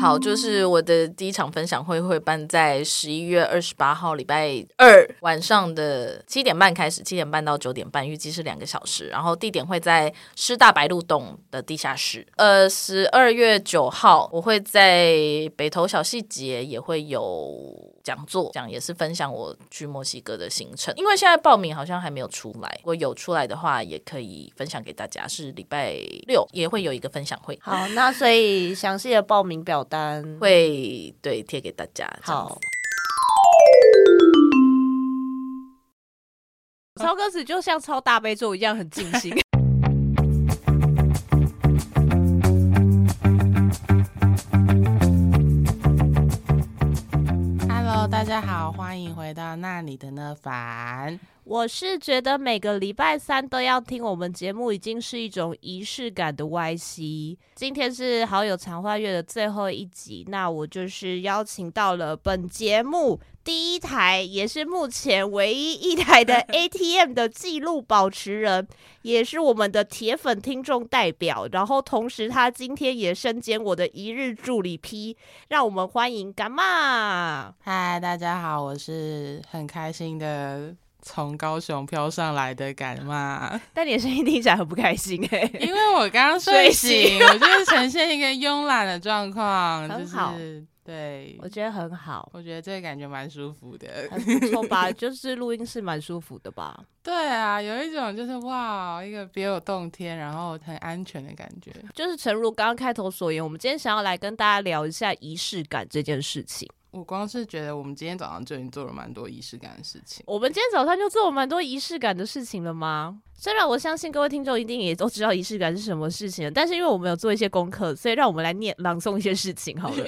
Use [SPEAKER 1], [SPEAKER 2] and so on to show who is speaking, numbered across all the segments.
[SPEAKER 1] 好，就是我的第一场分享会会办在十一月二十八号礼拜二晚上的七点半开始，七点半到九点半，预计是两个小时。然后地点会在师大白鹿洞的地下室。呃，十二月九号我会在北投小细节也会有讲座，讲也是分享我去墨西哥的行程。因为现在报名好像还没有出来，如果有出来的话，也可以分享给大家。是礼拜六也会有一个分享会。
[SPEAKER 2] 好，那所以详细的报名表
[SPEAKER 3] 嗯
[SPEAKER 2] 单
[SPEAKER 1] 会对贴给大家。这样子
[SPEAKER 2] 好，。
[SPEAKER 3] 超歌词就像超大悲咒一样很尽兴。
[SPEAKER 4] Hello，大家好，欢迎回到那里的那凡。
[SPEAKER 3] 我是觉得每个礼拜三都要听我们节目，已经是一种仪式感的 YC。今天是好友常话月的最后一集，那我就是邀请到了本节目第一台，也是目前唯一一台 的 ATM 的记录保持人，也是我们的铁粉听众代表。然后同时，他今天也身兼我的一日助理 P，让我们欢迎干妈。
[SPEAKER 4] 嗨，大家好，我是很开心的从高雄飘上来的干妈，
[SPEAKER 3] 但你的声音听起来很不开心哎、
[SPEAKER 4] 因为我刚刚睡醒，我就是呈现一个慵懒的状况，
[SPEAKER 3] 很
[SPEAKER 4] 就
[SPEAKER 3] 好
[SPEAKER 4] 是对，
[SPEAKER 3] 我觉得很好。
[SPEAKER 4] 我觉得这个感觉蛮舒服的。
[SPEAKER 3] 还不错吧，就是录音室蛮舒服的吧。
[SPEAKER 4] 对啊，有一种就是哇，一个别有洞天，然后很安全的感觉。
[SPEAKER 3] 就是诚如刚刚开头所言，我们今天想要来跟大家聊一下仪式感这件事情。
[SPEAKER 4] 我光是觉得我们今天早上就已经做了蛮多仪式感的事情。
[SPEAKER 3] 我们今天早上就做了蛮多仪式感的事情了吗？虽然我相信各位听众一定也都知道仪式感是什么事情了，但是因为我们有做一些功课，所以让我们来念朗诵一些事情好了。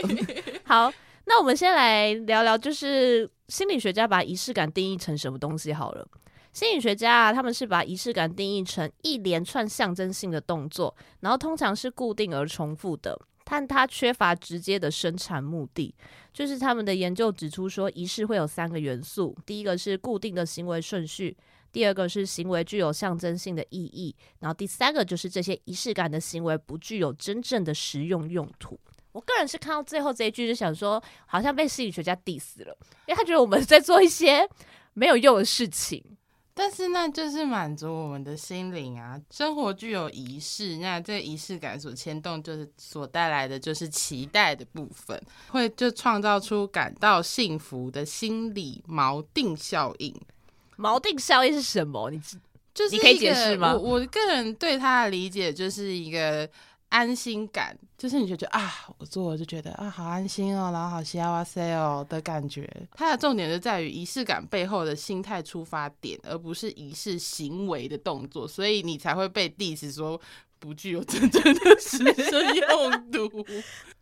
[SPEAKER 3] 好，那我们先来聊聊，就是心理学家把仪式感定义成什么东西好了。心理学家啊，他们是把仪式感定义成一连串象征性的动作，然后通常是固定而重复的，但它缺乏直接的生产目的。就是他们的研究指出说，仪式会有三个元素，第一个是固定的行为顺序，第二个是行为具有象征性的意义，然后第三个就是这些仪式感的行为不具有真正的实用用途。我个人是看到最后这一句就想说，好像被心理学家 diss 了，因为他觉得我们在做一些没有用的事情。
[SPEAKER 4] 但是那就是满足我们的心灵啊，生活具有仪式，那这仪式感所牵动，就是所带来的就是期待的部分，会就创造出感到幸福的心理锚定效应。
[SPEAKER 3] 锚定效应是什么？你知
[SPEAKER 4] 就是
[SPEAKER 3] 你可以
[SPEAKER 4] 一个
[SPEAKER 3] 解释吗
[SPEAKER 4] 我我个人对他的理解就是一个安心感，就是你就觉得啊，我做了就觉得啊，好安心哦，然后好幸哇塞哦的感觉。它的重点就在于仪式感背后的心态出发点，而不是仪式行为的动作，所以你才会被 diss 说。不具有真正的 实生用途，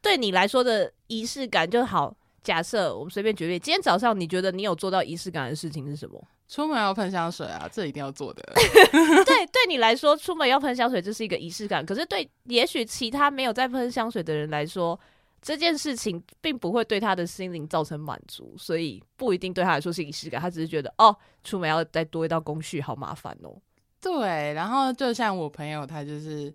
[SPEAKER 3] 对你来说的仪式感就好。假设我们随便举例，今天早上你觉得你有做到仪式感的事情是什么？
[SPEAKER 4] 出门要喷香水啊，这一定要做的。
[SPEAKER 3] 对，对你来说，出门要喷香水这是一个仪式感，可是对也许其他没有在喷香水的人来说，这件事情并不会对他的心灵造成满足，所以不一定对他来说是仪式感，他只是觉得哦，出门要再多一道工序，好麻烦哦。
[SPEAKER 4] 对，然后就像我朋友，他就是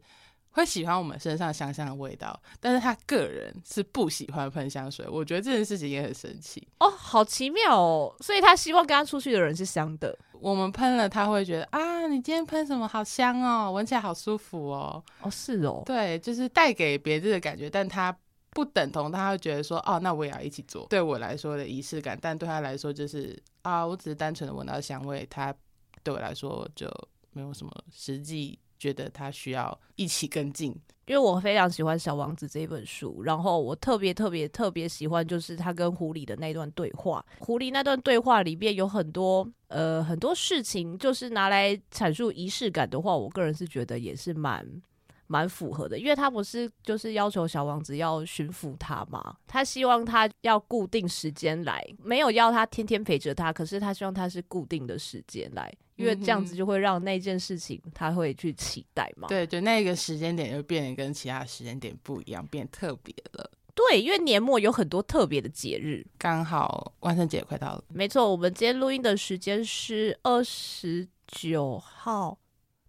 [SPEAKER 4] 会喜欢我们身上香香的味道，但是他个人是不喜欢喷香水。我觉得这件事情也很神奇。
[SPEAKER 3] 哦，好奇妙哦，所以他希望跟他出去的人是香的
[SPEAKER 4] 我们喷了，他会觉得啊，你今天喷什么好香哦，闻起来好舒服哦。
[SPEAKER 3] 哦，是哦，
[SPEAKER 4] 对，就是带给别人的感觉，但他不等同，他会觉得说哦，那我也要一起做。对我来说的仪式感，但对他来说就是啊，我只是单纯的闻到香味，他对我来说就没有什么实际觉得他需要一起跟进。
[SPEAKER 3] 因为我非常喜欢《小王子》这一本书，然后我特别特别特别喜欢就是他跟狐狸的那段对话。狐狸那段对话里面有很多呃很多事情，就是拿来阐述仪式感的话，我个人是觉得也是蛮蛮符合的，因为他不是就是要求小王子要驯服他嘛，他希望他要固定时间来，没有要他天天陪着他，可是他希望他是固定的时间来，因为这样
[SPEAKER 4] 嗯
[SPEAKER 3] 子
[SPEAKER 4] 哼
[SPEAKER 3] 就会让那件事情他会去期待嘛。
[SPEAKER 4] 对，就那个时间点就变得跟其他时间点不一样，变特别了。
[SPEAKER 3] 对，因为年末有很多特别的节日。
[SPEAKER 4] 刚好万圣节快到了，
[SPEAKER 3] 没错，我们今天录音的时间是 二十九号，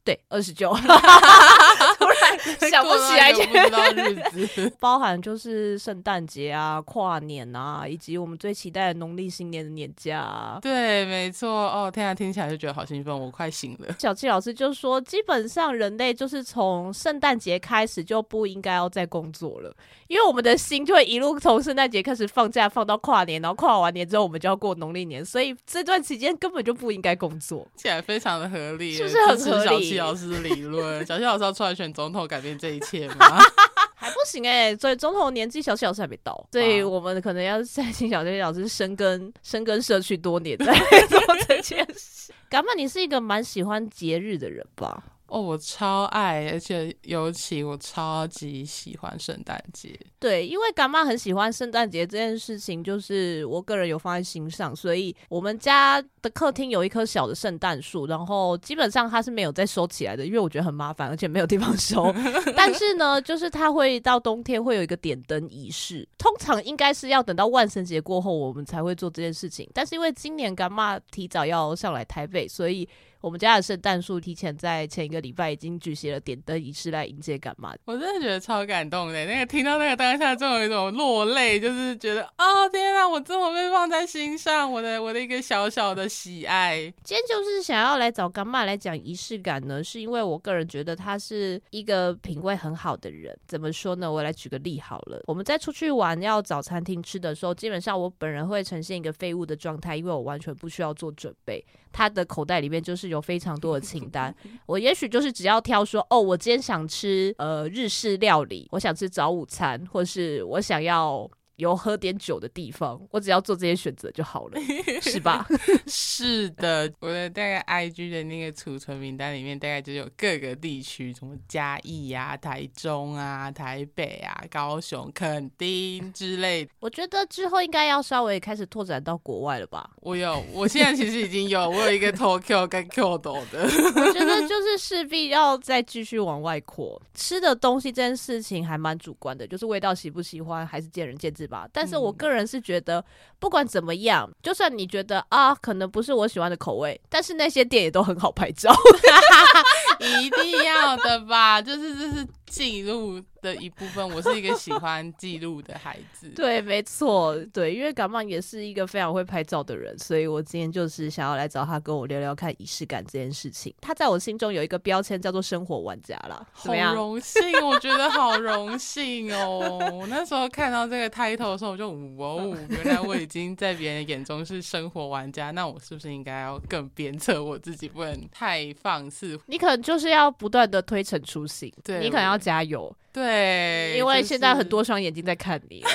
[SPEAKER 3] 对，二十九。突然 想不起来
[SPEAKER 4] 过
[SPEAKER 3] 去
[SPEAKER 4] 到一个不知道日子。
[SPEAKER 3] 包含就是圣诞节啊、跨年啊，以及我们最期待的农历新年的年假、啊。
[SPEAKER 4] 对，没错。哦，天啊，听起来就觉得好兴奋，我快醒了。
[SPEAKER 3] 小纪老师就说，基本上人类就是从圣诞节开始就不应该要再工作了，因为我们的心就会一路从圣诞节开始放假，放到跨年，然后跨完年之后我们就要过农历年，所以这段期间根本就不应该工作。
[SPEAKER 4] 听起来非常的合理，
[SPEAKER 3] 是不是很
[SPEAKER 4] 支持
[SPEAKER 3] 合
[SPEAKER 4] 小
[SPEAKER 3] 理
[SPEAKER 4] 七老师的理论， 小七老师要出来选总统，改变这一切吗？
[SPEAKER 3] 还不行哎、所以总统年纪小小是还没到，所以我们可能要再请小学老师深耕深耕社区多年再 做这件 事。感冒，你是一个蛮喜欢节日的人吧？
[SPEAKER 4] 哦，我超爱，而且尤其我超级喜欢圣诞节。
[SPEAKER 3] 对，因为感冒很喜欢圣诞节这件事情，就是我个人有放在心上，所以我们家的客厅有一棵小的圣诞树，然后基本上它是没有再收起来的，因为我觉得很麻烦，而且没有地方收。但是呢，就是它会到冬天会有一个点灯仪式，通常应该是要等到万圣节过后我们才会做这件事情。但是因为今年干妈提早要上来台北，所以我们家的圣诞树提前在前一个礼拜已经举行了点灯仪式来迎接干妈。
[SPEAKER 4] 我真的觉得超感动的，欸那个听到那个当下，就有一种落泪，就是觉得哦天啊，我这么被放在心上，我的我的一个小小的喜爱。
[SPEAKER 3] 今天就是想要来找干妈来讲仪式感呢，是因为我个人觉得他是一个品味很好的人。怎么说呢？我来举个例好了。我们在出去玩要找餐厅吃的时候，基本上我本人会呈现一个废物的状态，因为我完全不需要做准备。他的口袋里面就是有非常多的清单，我也许就是只要挑说，哦，我今天想吃呃日式料理，我想吃早午餐，或是我想要。有喝点酒的地方，我只要做这些选择就好了，是吧？
[SPEAKER 4] 是的，我的大概 IG 的那个储存名单里面，大概就有各个地区，什么嘉义啊、台中啊、台北啊、高雄、垦丁之类的。。
[SPEAKER 3] 我觉得之后应该要稍微开始拓展到国外了吧
[SPEAKER 4] 我有，我现在其实已经有，我有一个 Tokyo 跟 Kyoto 的。
[SPEAKER 3] 我觉得就是势必要再继续往外扩。吃的东西这件事情还蛮主观的，就是味道喜不喜欢还是见仁见智吧。但是我
[SPEAKER 4] 嗯
[SPEAKER 3] 个人是觉得，不管怎么样，就算你觉得啊，可能不是我喜欢的口味，但是那些店也都很好拍照。
[SPEAKER 4] 一定要的吧， 就是这是记录的一部分。我是一个喜欢记录的孩子。
[SPEAKER 3] 对，没错，对，因为感冒也是一个非常会拍照的人，所以我今天就是想要来找他跟我聊聊看仪式感这件事情。他在我心中有一个标签叫做生活玩家啦，怎
[SPEAKER 4] 好
[SPEAKER 3] 么样？
[SPEAKER 4] 荣幸，我觉得好荣幸哦！ 我那时候看到这个 title 的时候，我就哇哦，原来我已经在别人眼中是生活玩家，那我是不是应该要更鞭策我自己，不能太放肆？
[SPEAKER 3] 你可能就是要不断的推陈出新，
[SPEAKER 4] 对
[SPEAKER 3] 你可能要加油，
[SPEAKER 4] 对，
[SPEAKER 3] 因为
[SPEAKER 4] 就是
[SPEAKER 3] 现在很多双眼睛在看你。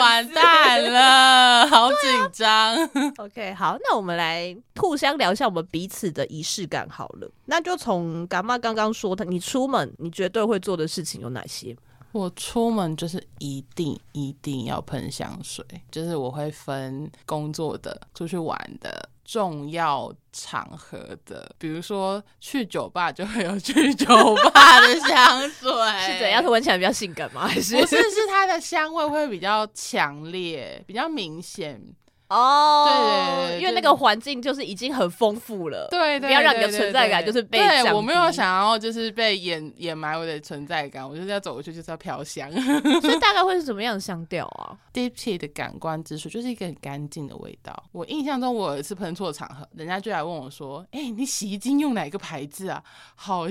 [SPEAKER 4] 完蛋了，好紧张。
[SPEAKER 3] OK，好，那我们来互相聊一下我们彼此的仪式感好了。那就从干妈刚刚说的，你出门你绝对会做的事情有哪些？
[SPEAKER 4] 我出门就是一定一定要喷香水，就是我会分工作的、出去玩的、重要场合的，比如说去酒吧就会有去酒吧的香水，
[SPEAKER 3] 是怎样？是闻起来比较性感吗？还是
[SPEAKER 4] 哎 不是，是它的香味会比较强烈，比较明显。
[SPEAKER 3] 哦，
[SPEAKER 4] 对
[SPEAKER 3] 因为那个环境就是已经很丰富了，
[SPEAKER 4] 对，对
[SPEAKER 3] 不要让你的
[SPEAKER 4] 对
[SPEAKER 3] 存在感就
[SPEAKER 4] 对
[SPEAKER 3] 是被
[SPEAKER 4] 对
[SPEAKER 3] 降
[SPEAKER 4] 我没有
[SPEAKER 3] 低
[SPEAKER 4] 想要就是被掩掩埋我的存在感，我就是要走过去就是要飘香。
[SPEAKER 3] 所以大概会是怎么样的香调啊？
[SPEAKER 4] Dipsy 的感官之处就是一个很干净的味道。我印象中，我有一次喷错场合，人家就来问我说：“哎、你洗衣精用哪个牌子啊？好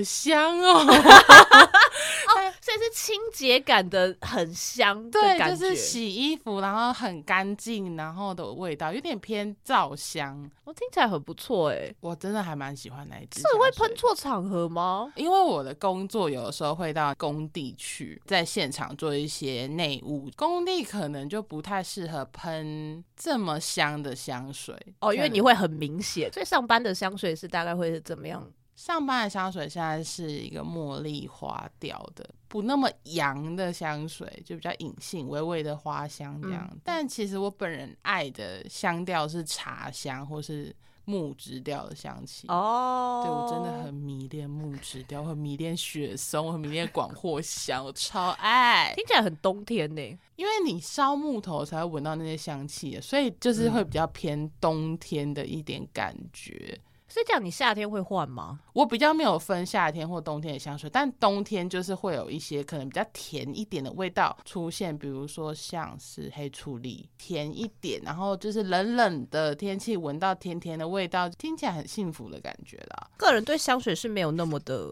[SPEAKER 4] 香哦
[SPEAKER 3] 所以是清洁感的很香！”的
[SPEAKER 4] 对，
[SPEAKER 3] 感
[SPEAKER 4] 就
[SPEAKER 3] 觉，
[SPEAKER 4] 是洗衣服，然后很干净，然后的味道有点偏皂香。
[SPEAKER 3] 我听起来很不错哎、
[SPEAKER 4] 我真的还蛮喜欢那一支。
[SPEAKER 3] 是会喷？错场合吗？
[SPEAKER 4] 因为我的工作有的时候会到工地去，在现场做一些内务，工地可能就不太适合喷这么香的香水
[SPEAKER 3] 哦，因为
[SPEAKER 4] 可能
[SPEAKER 3] 你会很明显，所以上班的香水是大概会是怎么样？
[SPEAKER 4] 上班的香水现在是一个茉莉花调的，不那么洋的香水，就比较隐性、微微的花香这样。
[SPEAKER 3] 嗯
[SPEAKER 4] 但其实我本人爱的香调是茶香或是木质调的香气。
[SPEAKER 3] 哦
[SPEAKER 4] 对我真的很迷恋木质调，我很迷恋雪松，我很迷恋广藿香，我超爱。
[SPEAKER 3] 听起来很冬天呢、
[SPEAKER 4] 因为你烧木头才会
[SPEAKER 3] 嗯
[SPEAKER 4] 闻到那些香气，所以就是会比较偏冬天的一点感觉。
[SPEAKER 3] 所以这样你夏天会换吗？
[SPEAKER 4] 我比较没有分夏天或冬天的香水，但冬天就是会有一些可能比较甜一点的味道出现，比如说像是黑醋栗，甜一点，然后就是冷冷的天气闻到甜甜的味道，听起来很幸福的感觉啦。
[SPEAKER 3] 个人对香水是没有那么的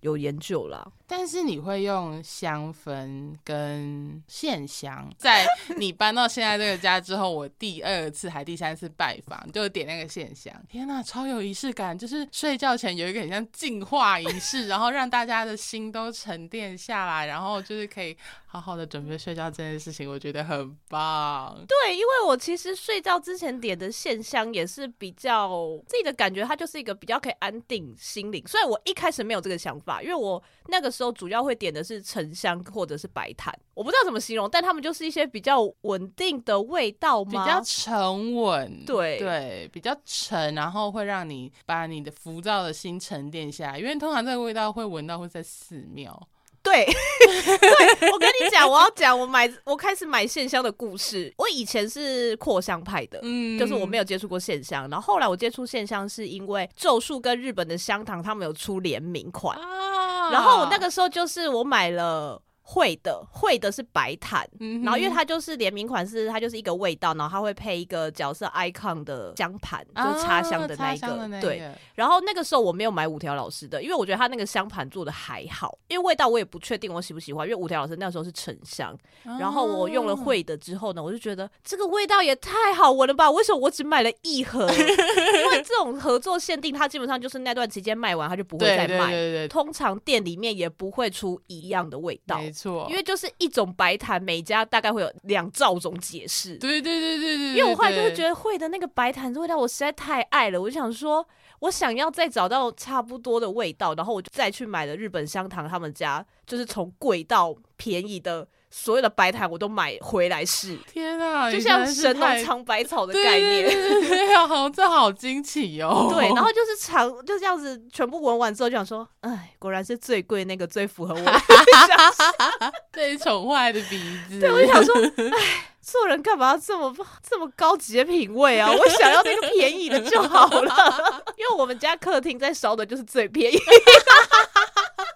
[SPEAKER 3] 有研究啦。
[SPEAKER 4] 但是你会用香氛跟线香， 在你搬到现在这个家之后，我第二次还第三次拜访，就点那个线香。天呐，超有仪式感！就是睡觉前有一个很像净化仪式，然后让大家的心都沉淀下来，然后就是可以好好的准备睡觉这件事情，我觉得很棒。
[SPEAKER 3] 对，因为我其实睡觉之前点的线香也是比较自己的感觉，它就是一个比较可以安定心灵。虽然我一开始没有这个想法，因为我那个时候主要会点的是沉香或者是白檀，我不知道怎么形容，但它们就是一些比较稳定的味道
[SPEAKER 4] 比
[SPEAKER 3] 吗？
[SPEAKER 4] 较沉稳，
[SPEAKER 3] 对
[SPEAKER 4] 对，比较沉，然后会让你把你的浮躁的心沉淀下来，因为通常这个味道会闻到会在寺庙，
[SPEAKER 3] 对， 对我跟你讲，我要讲我买我开始买线香的故事。我以前是扩香派的，
[SPEAKER 4] 嗯
[SPEAKER 3] 就是我没有接触过线香，然后后来我接触线香是因为咒术跟日本的香堂他们有出联名款，
[SPEAKER 4] 啊
[SPEAKER 3] 然后我那个时候就是我买了。会的，会的是白檀，
[SPEAKER 4] 嗯哼
[SPEAKER 3] 然后因为它就是联名款是，它就是一个味道，然后它会配一个角色 icon 的香盘，就是插香的那一个，
[SPEAKER 4] 啊插香的那一
[SPEAKER 3] 对。然后那个时候我没有买五条老师的，因为我觉得他那个香盘做的还好，因为味道我也不确定我喜不喜欢，因为五条老师那时候是沉香，
[SPEAKER 4] 哦
[SPEAKER 3] 然后我用了
[SPEAKER 4] 会，
[SPEAKER 3] 惠的之后呢，我就觉得这个味道也太好闻了吧？为什么我只买了一 盒？因为这种合作限定，它基本上就是那段期间卖完，它就不会
[SPEAKER 4] 对
[SPEAKER 3] 再卖。
[SPEAKER 4] 对对对对，
[SPEAKER 3] 通常店里面也不会出一样的味道，
[SPEAKER 4] 没错，
[SPEAKER 3] 因为就是一种白檀，每家大概会有两兆种解释。
[SPEAKER 4] 对对对对对，
[SPEAKER 3] 因为我后来就是觉
[SPEAKER 4] 得
[SPEAKER 3] 得会的那个白檀的味道，我实在太爱了，我就想说，我想要再找到差不多的味道，然后我就再去买了日本香堂他们家，就是从贵到便宜的所有的白檀我都买回来试，
[SPEAKER 4] 天啊，
[SPEAKER 3] 就
[SPEAKER 4] 你
[SPEAKER 3] 像
[SPEAKER 4] 真的是
[SPEAKER 3] 神农
[SPEAKER 4] 太
[SPEAKER 3] 尝百草的
[SPEAKER 4] 对
[SPEAKER 3] 概
[SPEAKER 4] 对
[SPEAKER 3] 念。
[SPEAKER 4] 对对对，好，这好惊奇哦，
[SPEAKER 3] 对，然后就是尝，就这样子全部闻完之后就想说，哎，果然是最贵那个最符合我 的香气。
[SPEAKER 4] 被宠坏的鼻子，
[SPEAKER 3] 对，我就想说，哎，做人干嘛要这么这么高级的品味啊？我想要那个便宜的就好 了，因为我们家客厅在烧的就是最便宜。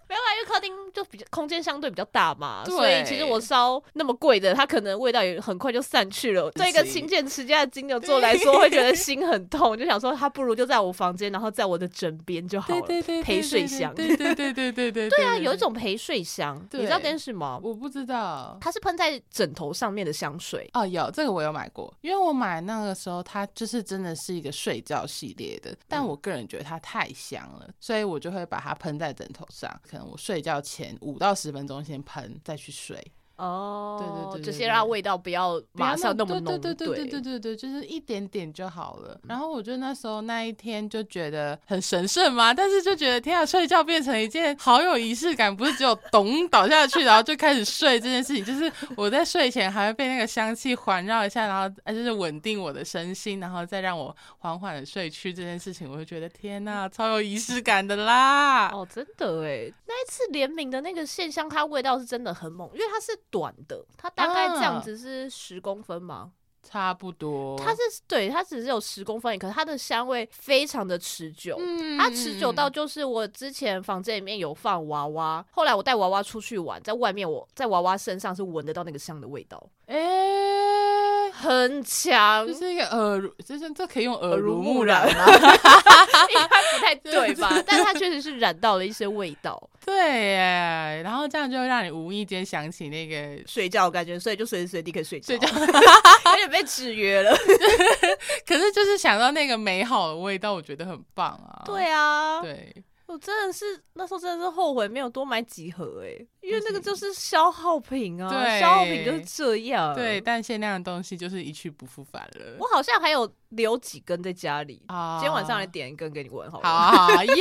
[SPEAKER 3] 没有啊，因为客厅就比较空间相对比较大嘛，
[SPEAKER 4] 对
[SPEAKER 3] 所以其实我烧那么贵的，它可能味道也很快就散去了。对一个
[SPEAKER 4] 是
[SPEAKER 3] 勤俭持家的金牛座来说，会觉得心很 痛，就想说它不如就在我房间，然后在我的枕边就好
[SPEAKER 4] 对
[SPEAKER 3] 了，
[SPEAKER 4] 对对，
[SPEAKER 3] 陪睡香。
[SPEAKER 4] 对对对对对对，对
[SPEAKER 3] 对啊，有一种陪睡香，你知道这件事吗？
[SPEAKER 4] 我不知道。
[SPEAKER 3] 它是喷在枕头上面的香水。
[SPEAKER 4] 哦，有这个我有买过，因为我买那个时候它就是真的是一个睡觉系列的，但我个人觉得它太香了，所以我就会把它喷在枕头上，可能我睡觉前五到十分钟先喷，再去睡，
[SPEAKER 3] 哦，
[SPEAKER 4] 对对对
[SPEAKER 3] 就
[SPEAKER 4] 对
[SPEAKER 3] 先
[SPEAKER 4] 对
[SPEAKER 3] 让它味道不要
[SPEAKER 4] 不要
[SPEAKER 3] 马上那么浓，
[SPEAKER 4] 对对对对对对对，就是一点点就好了。然后我就那时候那一天就觉得很神圣嘛，但是就觉得天啊，睡觉变成一件好有仪式感，不是只有 咚倒下去，然后就开始睡这件事情，就是我在睡前还会被那个香气环绕一下，然后呃就是稳定我的身心，然后再让我缓缓的睡去这件事情，我就觉得天呐，超有仪式感的啦。
[SPEAKER 3] 哦，真的哎，那一次联名的那个线香，它味道是真的很猛，因为它是短的，它大概这样
[SPEAKER 4] 啊
[SPEAKER 3] 子是十公分嘛，
[SPEAKER 4] 差不多，
[SPEAKER 3] 它是对，它只是有十公分而已，可是它的香味非常的持久。
[SPEAKER 4] 嗯
[SPEAKER 3] 它持久到就是我之前房间里面有放娃娃，后来我带娃娃出去玩，在外面我在娃娃身上是闻得到那个香的味道，
[SPEAKER 4] 哎。
[SPEAKER 3] 很强，
[SPEAKER 4] 就
[SPEAKER 3] 应
[SPEAKER 4] 是一个耳濡，就是这可以用嗯耳
[SPEAKER 3] 耳濡
[SPEAKER 4] 濡
[SPEAKER 3] 目
[SPEAKER 4] 目染吗？
[SPEAKER 3] 该不太对吧？但它确实是染到了一些味道。
[SPEAKER 4] 对耶，然后这样就会让你无意间想起那个，
[SPEAKER 3] 睡觉，感觉所以就随时随地可以睡
[SPEAKER 4] 睡觉
[SPEAKER 3] 有点被制约了。
[SPEAKER 4] 可是就是想到那个美好的味道，我觉得很棒啊。
[SPEAKER 3] 对啊，
[SPEAKER 4] 对，
[SPEAKER 3] 我真的是那时候真的是后悔没有多买几盒哎、因为那个就是消耗品啊，
[SPEAKER 4] 对
[SPEAKER 3] 消耗品就是这样。
[SPEAKER 4] 对，，但限量的东西就是一去不复返了
[SPEAKER 3] 我。好像还有留几根在家里，
[SPEAKER 4] 啊
[SPEAKER 3] 今天晚上来点一根给你闻好了。
[SPEAKER 4] 好啊好啊 耶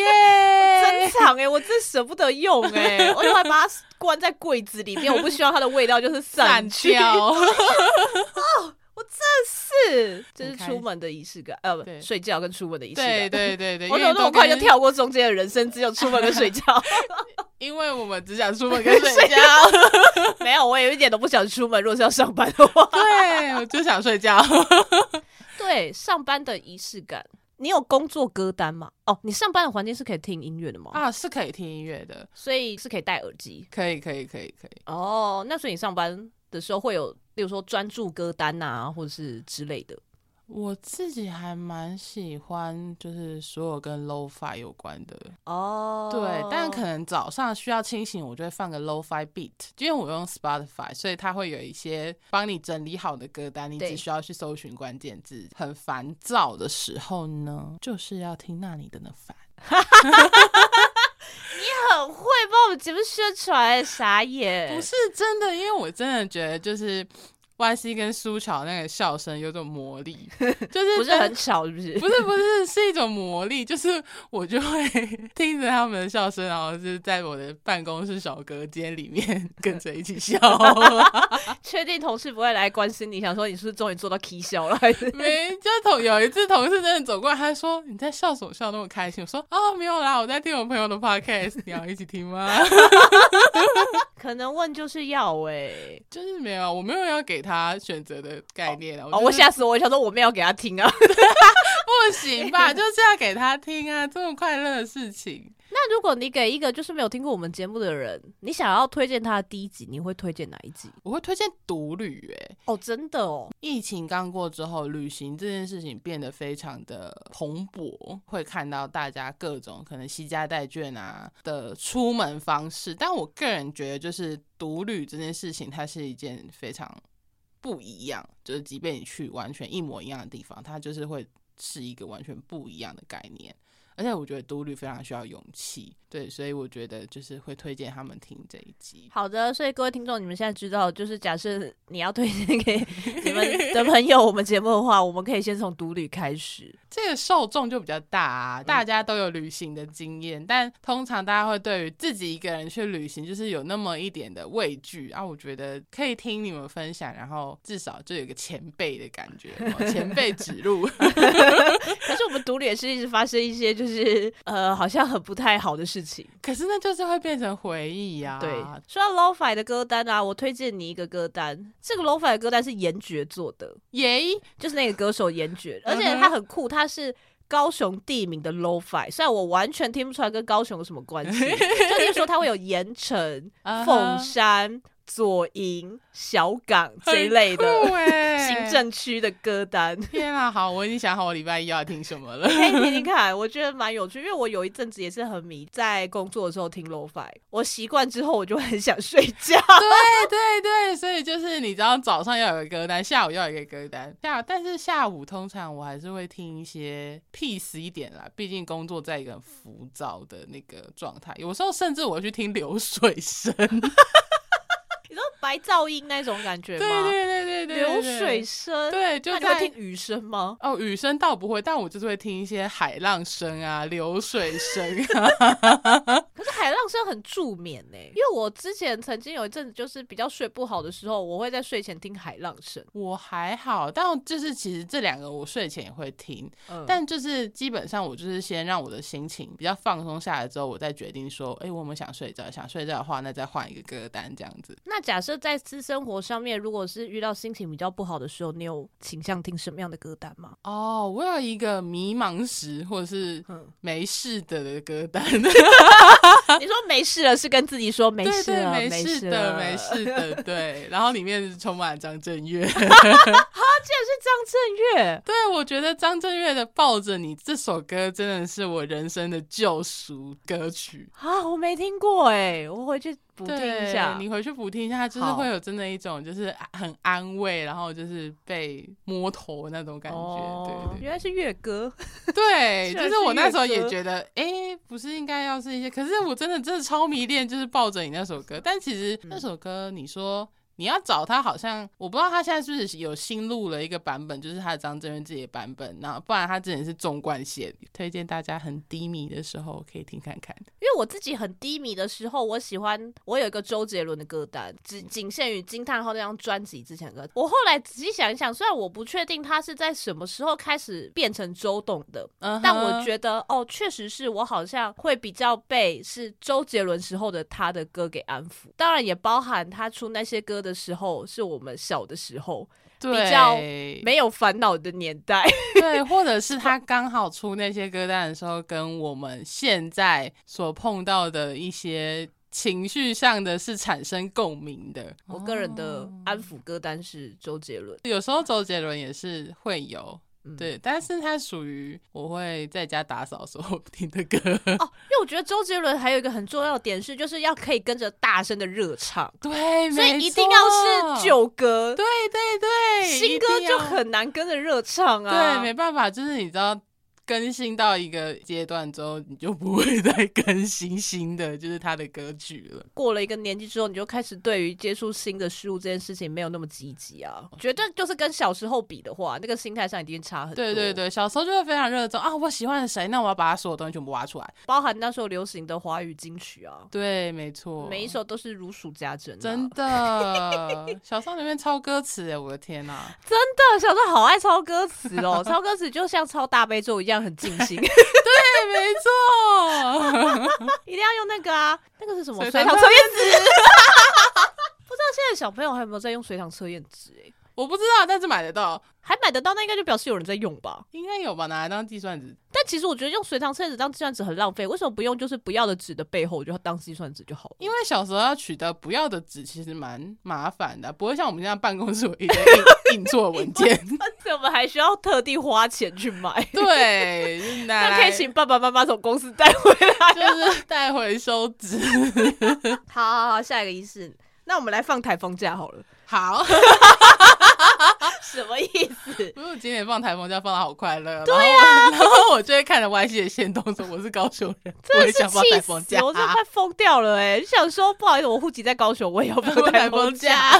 [SPEAKER 3] 珍！藏哎、我真舍不得用哎、 我就还把它关在柜子里面，我不希望它的味道就是
[SPEAKER 4] 散
[SPEAKER 3] 去。
[SPEAKER 4] 掉，
[SPEAKER 3] 是，这是
[SPEAKER 4] 很开
[SPEAKER 3] 出门的仪式感，呃，不
[SPEAKER 4] 对
[SPEAKER 3] 睡觉跟出门的仪式感。
[SPEAKER 4] 对对对对，
[SPEAKER 3] 我
[SPEAKER 4] 因
[SPEAKER 3] 怎么
[SPEAKER 4] 为
[SPEAKER 3] 那么
[SPEAKER 4] 都
[SPEAKER 3] 快就
[SPEAKER 4] 跟？
[SPEAKER 3] 跳过中间的人生，只有出门跟睡觉？
[SPEAKER 4] 因为我们只想出门 跟睡
[SPEAKER 3] 睡
[SPEAKER 4] 觉
[SPEAKER 3] 觉。 没有，我也一点都不想出门。如果是要上班的话，
[SPEAKER 4] 啊对，我就想睡觉。
[SPEAKER 3] 对上班的仪式感，你有工作歌单吗？哦，你上班的环境是可以听音乐的吗？
[SPEAKER 4] 啊，是可以听音乐的，
[SPEAKER 3] 所以是可以戴耳机。
[SPEAKER 4] 可以，可以，可以，可以。
[SPEAKER 3] 哦，那所以你上班的时候会有，例如说专注歌单啊，或者是之类的。
[SPEAKER 4] 我自己还蛮喜欢，就是所有跟 low fi 有关的，
[SPEAKER 3] 哦，
[SPEAKER 4] 对。但可能早上需要清醒，我就会放个 low fi beat，因为我用 Spotify，所以它会有一些帮你整理好的歌单，你
[SPEAKER 3] 对
[SPEAKER 4] 只需要去搜寻关键字。很烦躁的时候呢，就是要听那里的那烦。
[SPEAKER 3] 很会帮我们节目宣传，哎傻眼。
[SPEAKER 4] 不是真的，因为我真的觉得就是 Y C 跟苏乔那个笑声有种魔力，就 是
[SPEAKER 3] 不是很吵，是 不是？
[SPEAKER 4] 不是不是是一种魔力，就是我就会听着他们的笑声，然后就是在我的办公室小隔间里面跟着一起 笑。
[SPEAKER 3] 确定同事不会来关心你，想说你是不是终于做到 K 笑了？还是
[SPEAKER 4] 没，就同有一次同事真的走过来，他说：“你在笑什么笑那么开心？”我说：“哦，没有啦，我在听我朋友的 podcast，你 要一起听吗？”
[SPEAKER 3] 可能问就是要哎、
[SPEAKER 4] 就是没有，我没有要给他选择的概念啊。
[SPEAKER 3] 哦，
[SPEAKER 4] 就
[SPEAKER 3] 我
[SPEAKER 4] 是
[SPEAKER 3] 吓死我！我想说我没有给他听啊。
[SPEAKER 4] 不行吧，就是要给他听啊，这么快乐的事情。
[SPEAKER 3] 那如果你给一个就是没有听过我们节目的人，你想要推荐他的第一集，你会推荐哪一集？
[SPEAKER 4] 我会推荐独旅、欸诶，
[SPEAKER 3] 哦，真的哦，
[SPEAKER 4] 疫情刚过之后，旅行这件事情变得非常的蓬勃，会看到大家各种可能惜家带眷啊的出门方式。但我个人觉得，就是独旅这件事情，它是一件非常不一样，就是即便你去完全一模一样的地方，它就是会是一个完全不一样的概念。而且我觉得独旅非常需要勇气，对，所以我觉得就是会推荐他们听这一集。
[SPEAKER 3] 好的，所以各位听众，你们现在知道，就是假设你要推荐给 你们的朋友我们节目的话，我们可以先从独旅开始。
[SPEAKER 4] 这个受众就比较大、啊，
[SPEAKER 3] 嗯
[SPEAKER 4] 大家都有旅行的经验，但通常大家会对于自己一个人去旅行，就是有那么一点的畏惧啊。我觉得可以听你们分享，然后至少就有个前辈的感觉，有没有前辈指路。
[SPEAKER 3] 可是我们独旅也是一直发生一些就是呃，好像很不太好的事情。
[SPEAKER 4] 可是那就是会变成回忆啊呀、
[SPEAKER 3] 对，啊说到 LoFi 的歌单啊，我推荐你一个歌单，这个 LoFi 的歌单是严爵做的，
[SPEAKER 4] 耶，
[SPEAKER 3] 就是那个歌手严 爵，
[SPEAKER 4] 嗯
[SPEAKER 3] 而
[SPEAKER 4] 哼
[SPEAKER 3] 且他很酷，他是。高雄地名的 LoFi，虽然我完全听不出来跟高雄有什么关系，就例如说它会有盐城、
[SPEAKER 4] 啊
[SPEAKER 3] 凤山、左营、小港这一类的
[SPEAKER 4] 酷哎，
[SPEAKER 3] 行。政区的歌 单，
[SPEAKER 4] 天啊，好，我已经想好我礼拜一要听什么了。
[SPEAKER 3] 可以听听看，我觉得蛮有趣，因为我有一阵子也是很迷，在工作的时候听 LoFi，我习惯之后我就很想睡觉。
[SPEAKER 4] 对 对对，所以就是你知道早上要有一个歌单，下午要有一个歌单，下但是下午通常我还是会听一些 peace 一点啦，毕竟工作在一个很浮躁的那个状态，有时候甚至我会去听流水 声，
[SPEAKER 3] 你说白噪音那种感觉
[SPEAKER 4] 对
[SPEAKER 3] 吗？
[SPEAKER 4] 对对对对，
[SPEAKER 3] 流
[SPEAKER 4] 对
[SPEAKER 3] 水，声，
[SPEAKER 4] 对，就
[SPEAKER 3] 那你会
[SPEAKER 4] 在
[SPEAKER 3] 听。雨声吗？
[SPEAKER 4] 哦，雨声倒不会，但我就是会听一些海浪声啊、流水声啊。
[SPEAKER 3] 可是海浪声很助眠呢、因为我之前曾经有一阵子就是比较睡不好的时候，我会在睡前听海浪声。
[SPEAKER 4] 我还好，但就是其实这两个我睡前也会听，
[SPEAKER 3] 嗯，
[SPEAKER 4] 但就是基本上我就是先让我的心情比较放松下来之后，我再决定说，哎、我们想睡觉，想睡觉的话，那再换一个歌单这样子。
[SPEAKER 3] 那假设在私生活上面，如果是遇到心情比较不好的时候，你有倾向听什么样的歌单吗？
[SPEAKER 4] 哦，我有一个迷茫时或者是
[SPEAKER 3] 嗯，
[SPEAKER 4] 没事的的歌 单，
[SPEAKER 3] 你说没事了，是跟自己说没
[SPEAKER 4] 对
[SPEAKER 3] 事
[SPEAKER 4] 对，
[SPEAKER 3] 了，
[SPEAKER 4] 没
[SPEAKER 3] 事
[SPEAKER 4] 事啊的，
[SPEAKER 3] 了
[SPEAKER 4] 没。事的， 对。然后里面充满张震岳，
[SPEAKER 3] 是张震岳，
[SPEAKER 4] 对我觉得张震岳的《抱着你》这首歌真的是我人生的救赎歌曲。
[SPEAKER 3] 啊，我没听过哎、我回去补听
[SPEAKER 4] 对，
[SPEAKER 3] 一下。
[SPEAKER 4] 你回去补听一下，它就是
[SPEAKER 3] 好
[SPEAKER 4] 会有真的一种就是啊很安慰，然后就是被摸头那种感觉。
[SPEAKER 3] 哦，
[SPEAKER 4] 对
[SPEAKER 3] 原来是月歌。
[SPEAKER 4] 对对，
[SPEAKER 3] 居然
[SPEAKER 4] 就
[SPEAKER 3] 是
[SPEAKER 4] 是我那时候
[SPEAKER 3] 乐
[SPEAKER 4] 也
[SPEAKER 3] 歌
[SPEAKER 4] 觉得，哎、不是应该要是一些，可是我真的真的超迷恋，就是抱着你那首歌。但
[SPEAKER 3] 嗯
[SPEAKER 4] 其实那首歌，你说。你要找他，好像我不知道他现在是不是有新录了一个版本，就是他的张震岳自己的版本，然后不然他之前是纵贯线，推荐大家很低迷的时候可以听看看。
[SPEAKER 3] 因为我自己很低迷的时候，我喜欢我有一个周杰伦的歌单，只
[SPEAKER 4] 嗯
[SPEAKER 3] 仅限于惊叹号那张专辑之前的歌。我后来仔细想一想，虽然我不确定他是在什么时候开始变成周董的，
[SPEAKER 4] 嗯哼，
[SPEAKER 3] 但我觉得哦，确实是我好像会比较被是周杰伦时候的他的歌给安抚。当然也包含他出那些歌的时候是我们小的时候
[SPEAKER 4] 对，
[SPEAKER 3] 较没有烦恼的年代，
[SPEAKER 4] 对，或者是他刚好出那些歌单的时候，跟我们现在所碰到的一些情绪上的是产生共鸣的。
[SPEAKER 3] 我个人的
[SPEAKER 4] 哦
[SPEAKER 3] 安抚歌单是周杰伦。
[SPEAKER 4] 有时候周杰伦也是会有。
[SPEAKER 3] 嗯
[SPEAKER 4] 对，但是他属于我会在家打扫的时候听的歌，
[SPEAKER 3] 哦，因为我觉得周杰伦还有一个很重要的点是，就是要可以跟着大声的热唱，
[SPEAKER 4] 对，
[SPEAKER 3] 所
[SPEAKER 4] 没
[SPEAKER 3] 以一定要是
[SPEAKER 4] 错，
[SPEAKER 3] 旧歌，
[SPEAKER 4] 对对对，
[SPEAKER 3] 新
[SPEAKER 4] 一
[SPEAKER 3] 歌
[SPEAKER 4] 定
[SPEAKER 3] 就
[SPEAKER 4] 要
[SPEAKER 3] 很难跟着热唱啊。
[SPEAKER 4] 对，没办法，就是你知道更新到一个阶段之后，你就不会 再更新新的就是他的歌曲了。
[SPEAKER 3] 过了一个年纪之后，你就开始对于接触新的事物这件事情没有那么积极啊。绝对就是跟小时候比的话，那个心态上一定差很多。
[SPEAKER 4] 对对，对，小时候就会非常热衷啊，我喜欢谁，那我要把他所有东西全部挖出来。
[SPEAKER 3] 包含那时候流行的华语金曲啊，
[SPEAKER 4] 对，没错，
[SPEAKER 3] 每一首都是如数家珍、啊。
[SPEAKER 4] 真 的，小少里面抄歌词哎，我的天哪、
[SPEAKER 3] 的，小时候好爱抄歌词哦，抄歌词就像抄大悲咒一样很尽 心，
[SPEAKER 4] 对，没错，
[SPEAKER 3] 一定要用那个啊，那个是 什么？
[SPEAKER 4] 水
[SPEAKER 3] 水
[SPEAKER 4] 塘
[SPEAKER 3] 塘
[SPEAKER 4] 测
[SPEAKER 3] 测验纸。不知道现在小朋友还有没有在用水塘测验纸、欸？
[SPEAKER 4] 我不知道，但是买得到，
[SPEAKER 3] 还买得到，那应该就表示有人在用吧。
[SPEAKER 4] 应该有吧，拿来当计算纸。
[SPEAKER 3] 但其实我觉得用水塘测验纸当计算纸很浪费，为什么不用就是不要的纸的背后就当计算纸就好了？
[SPEAKER 4] 因为小时候要取得不要的纸，其实蛮麻烦的，不会像我们现在办公室有一堆印印错文件。，
[SPEAKER 3] 为 我们还需要特地花钱去买
[SPEAKER 4] 对，就是拿
[SPEAKER 3] 那可
[SPEAKER 4] 来
[SPEAKER 3] 以请爸爸妈妈从公司带回来。
[SPEAKER 4] 就是带回收纸。
[SPEAKER 3] 好好好，下一个仪式，那我们来放台风假好了。
[SPEAKER 4] 好，
[SPEAKER 3] 啊什么意思？
[SPEAKER 4] 因为我今年放台风假放的好快乐，对
[SPEAKER 3] 啊
[SPEAKER 4] 呀、然后 我就会看着 Y C 的线动说我是高雄人，我也
[SPEAKER 3] 是
[SPEAKER 4] 想放
[SPEAKER 3] 气
[SPEAKER 4] 台
[SPEAKER 3] 死
[SPEAKER 4] 风假，
[SPEAKER 3] 我真的快疯掉了哎、就想说不好意思，我户籍在高雄，我也要放
[SPEAKER 4] 放
[SPEAKER 3] 台
[SPEAKER 4] 台
[SPEAKER 3] 风
[SPEAKER 4] 风
[SPEAKER 3] 假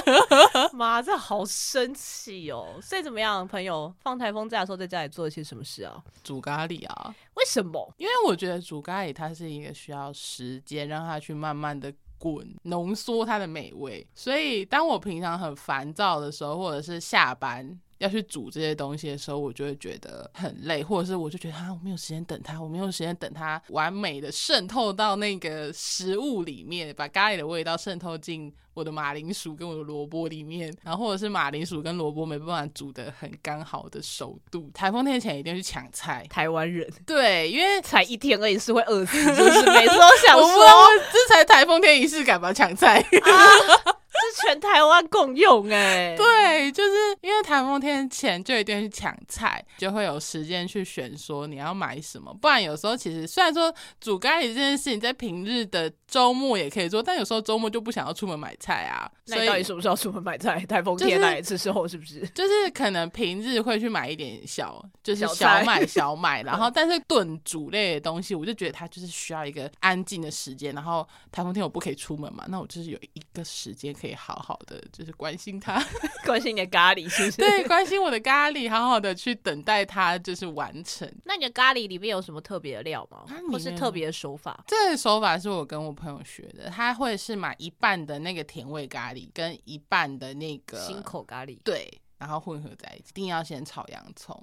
[SPEAKER 4] 假。
[SPEAKER 3] 妈，这好生气哦！所以怎么样，朋友放台风假的时候，在家里做了些什么事啊？
[SPEAKER 4] 煮咖喱啊，
[SPEAKER 3] 为什么？
[SPEAKER 4] 因为我觉得煮咖喱它是一个需要时间让它去慢慢的。滚，浓缩它的美味。所以，当我平常很烦躁的时候，或者是下班要去煮这些东西的时候，我就会觉得很累，或者是我就觉得啊，我没有时间等它，我没有时间等它完美的渗透到那个食物里面，把咖喱的味道渗透进我的马铃薯跟我的萝卜里面，然后或者是马铃薯跟萝卜没办法煮的很刚好的熟度。台风天前一定要去抢菜，
[SPEAKER 3] 台湾人
[SPEAKER 4] 对，因为
[SPEAKER 3] 才一天而已，是会饿死，就是每次都想
[SPEAKER 4] 我不知
[SPEAKER 3] 说
[SPEAKER 4] 道，这才台风天仪式感吧，抢菜。
[SPEAKER 3] 是全台湾共用哎、
[SPEAKER 4] 对，就是因为台风天前就一定去抢菜，就会有时间去选说你要买什么。不然有时候其实虽然说煮咖喱这件事情在平日的周末也可以做，但有时候周末就不想要出门买菜啊，
[SPEAKER 3] 那
[SPEAKER 4] 所
[SPEAKER 3] 你到底
[SPEAKER 4] 以
[SPEAKER 3] 什么时候出门买菜？台风
[SPEAKER 4] 就是
[SPEAKER 3] 天来一次之后是不是？
[SPEAKER 4] 就是可能平日会去买一点小，就是
[SPEAKER 3] 小
[SPEAKER 4] 小
[SPEAKER 3] 菜
[SPEAKER 4] 买小买，然后但是炖煮类的东西，我就觉得它就是需要一个安静的时间。然后台风天我不可以出门嘛，那我就是有一个时间可以好好的就是关心它。
[SPEAKER 3] 关心你的咖喱是不是？
[SPEAKER 4] 对，关心我的咖喱，好好的去等待它就是完成。
[SPEAKER 3] 那你的咖喱里面有什么特别的料吗
[SPEAKER 4] 咖喱？
[SPEAKER 3] 或是
[SPEAKER 4] 呢
[SPEAKER 3] 特别的手法？
[SPEAKER 4] 这个手法是我跟我朋友学的，他会是买一半的那个甜味咖喱，跟一半的那个
[SPEAKER 3] 新口咖喱，
[SPEAKER 4] 对，然后混合在一起。一定要先炒洋葱，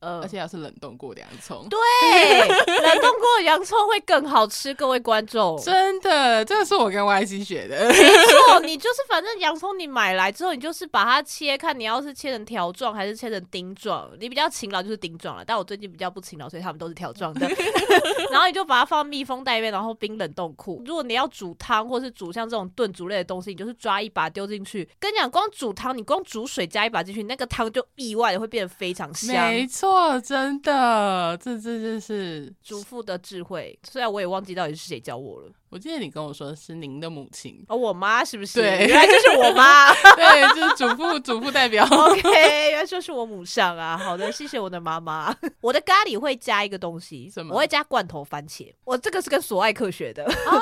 [SPEAKER 3] 呃
[SPEAKER 4] 而且要是冷冻过的洋葱。
[SPEAKER 3] 对，哎冷冻过的洋葱会更好吃，各位观众。
[SPEAKER 4] 真的，这个是我跟 YC 学的。
[SPEAKER 3] 错，你就是反正洋葱你买来之后，你就是把它切，看你要是切成条状还是切成丁状。你比较勤劳就是丁状了，但我最近比较不勤劳，所以他们都是条 状的。然后你就把它放密封袋里面，然后冰冷冻库。如果你要煮汤或是煮像这种炖煮类的东西，你就是抓一把丢进去。跟你讲，光煮汤，你光煮水加一把进去，那个汤就意外的会变得非常 香。
[SPEAKER 4] 没错，真的，这这这是，
[SPEAKER 3] 主妇的智慧，虽然我也忘记到底是谁教我了。，
[SPEAKER 4] 我记得你跟我说是您的母亲
[SPEAKER 3] 哦，我妈是不是？
[SPEAKER 4] 对
[SPEAKER 3] 原来就是我 妈。
[SPEAKER 4] 对，就是祖父祖父代表。
[SPEAKER 3] OK，原来就是我母上啊。好的，谢谢我的妈妈。 我的咖喱会加一个东西
[SPEAKER 4] 什，么
[SPEAKER 3] 我会加罐头番茄。我这个是跟索爱克学的，
[SPEAKER 4] 哦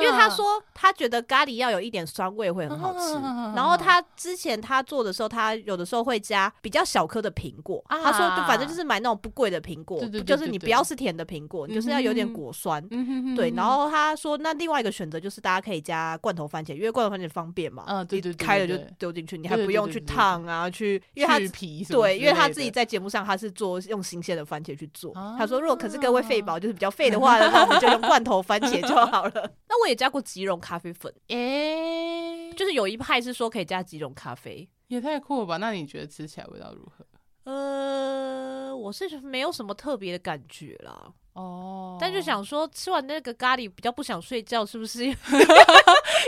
[SPEAKER 3] 因为他说他觉得咖喱要有一点酸味会很好吃。
[SPEAKER 4] 啊
[SPEAKER 3] 然后他之前他做的时候，他有的时候会加比较小颗的苹果。
[SPEAKER 4] 啊
[SPEAKER 3] 他说，就反正就是买那种不贵的苹果，
[SPEAKER 4] 对对对
[SPEAKER 3] 就是你
[SPEAKER 4] 对对
[SPEAKER 3] 不要是甜的苹果，你就是要有点果酸。
[SPEAKER 4] 嗯哼哼
[SPEAKER 3] 对，
[SPEAKER 4] 哼
[SPEAKER 3] 然后他说，那另外一个选择就是大家可以加罐头番茄，因为罐头番茄方便嘛，
[SPEAKER 4] 嗯对对
[SPEAKER 3] 你
[SPEAKER 4] 对
[SPEAKER 3] 开了
[SPEAKER 4] 对
[SPEAKER 3] 就
[SPEAKER 4] 对
[SPEAKER 3] 丢进去，你还
[SPEAKER 4] 对
[SPEAKER 3] 不
[SPEAKER 4] 对
[SPEAKER 3] 用
[SPEAKER 4] 对
[SPEAKER 3] 去
[SPEAKER 4] 对对
[SPEAKER 3] 烫啊，去，因为他
[SPEAKER 4] 去皮什么
[SPEAKER 3] 对，
[SPEAKER 4] 之
[SPEAKER 3] 因为他
[SPEAKER 4] 类
[SPEAKER 3] 自己
[SPEAKER 4] 的
[SPEAKER 3] 在节目上他是做用新鲜的番茄去做，
[SPEAKER 4] 啊
[SPEAKER 3] 他说如果可是各位肺宝就是比较废的话 呢，那我们就用罐头番茄就好了。那我也加过吉隆咖啡粉，
[SPEAKER 4] 诶，
[SPEAKER 3] 就是有一派是说可以加几种咖啡。
[SPEAKER 4] 也太酷了吧？那你觉得吃起来味道如何？
[SPEAKER 3] 呃，我是没有什么特别的感觉啦，
[SPEAKER 4] 哦
[SPEAKER 3] 但就想说吃完那个咖喱比较不想睡觉，是不是？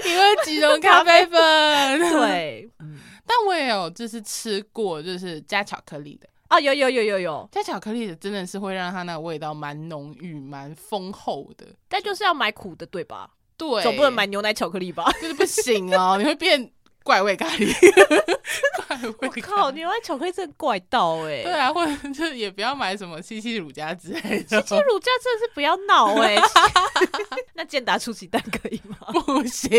[SPEAKER 4] 因为几种咖啡粉，
[SPEAKER 3] 对，
[SPEAKER 4] 但我也有就是吃过，就是加巧克力的，
[SPEAKER 3] 啊，有有有有有，
[SPEAKER 4] 加巧克力的真的是会让它那个味道蛮浓郁、蛮丰厚的。
[SPEAKER 3] 但就是要买苦的，对吧？
[SPEAKER 4] 对，
[SPEAKER 3] 总不能买，牛奶巧克力吧？
[SPEAKER 4] 就是不行哦，你会变怪味咖喱，怪
[SPEAKER 3] 我
[SPEAKER 4] 味咖
[SPEAKER 3] 靠，
[SPEAKER 4] 喱。
[SPEAKER 3] 牛奶巧克力真的怪到哎、
[SPEAKER 4] 对啊，或者就是也不要买什么西西乳加之类的，
[SPEAKER 3] 这乳价真的是不要闹哎、 那健达出奇蛋可以吗？
[SPEAKER 4] 不行，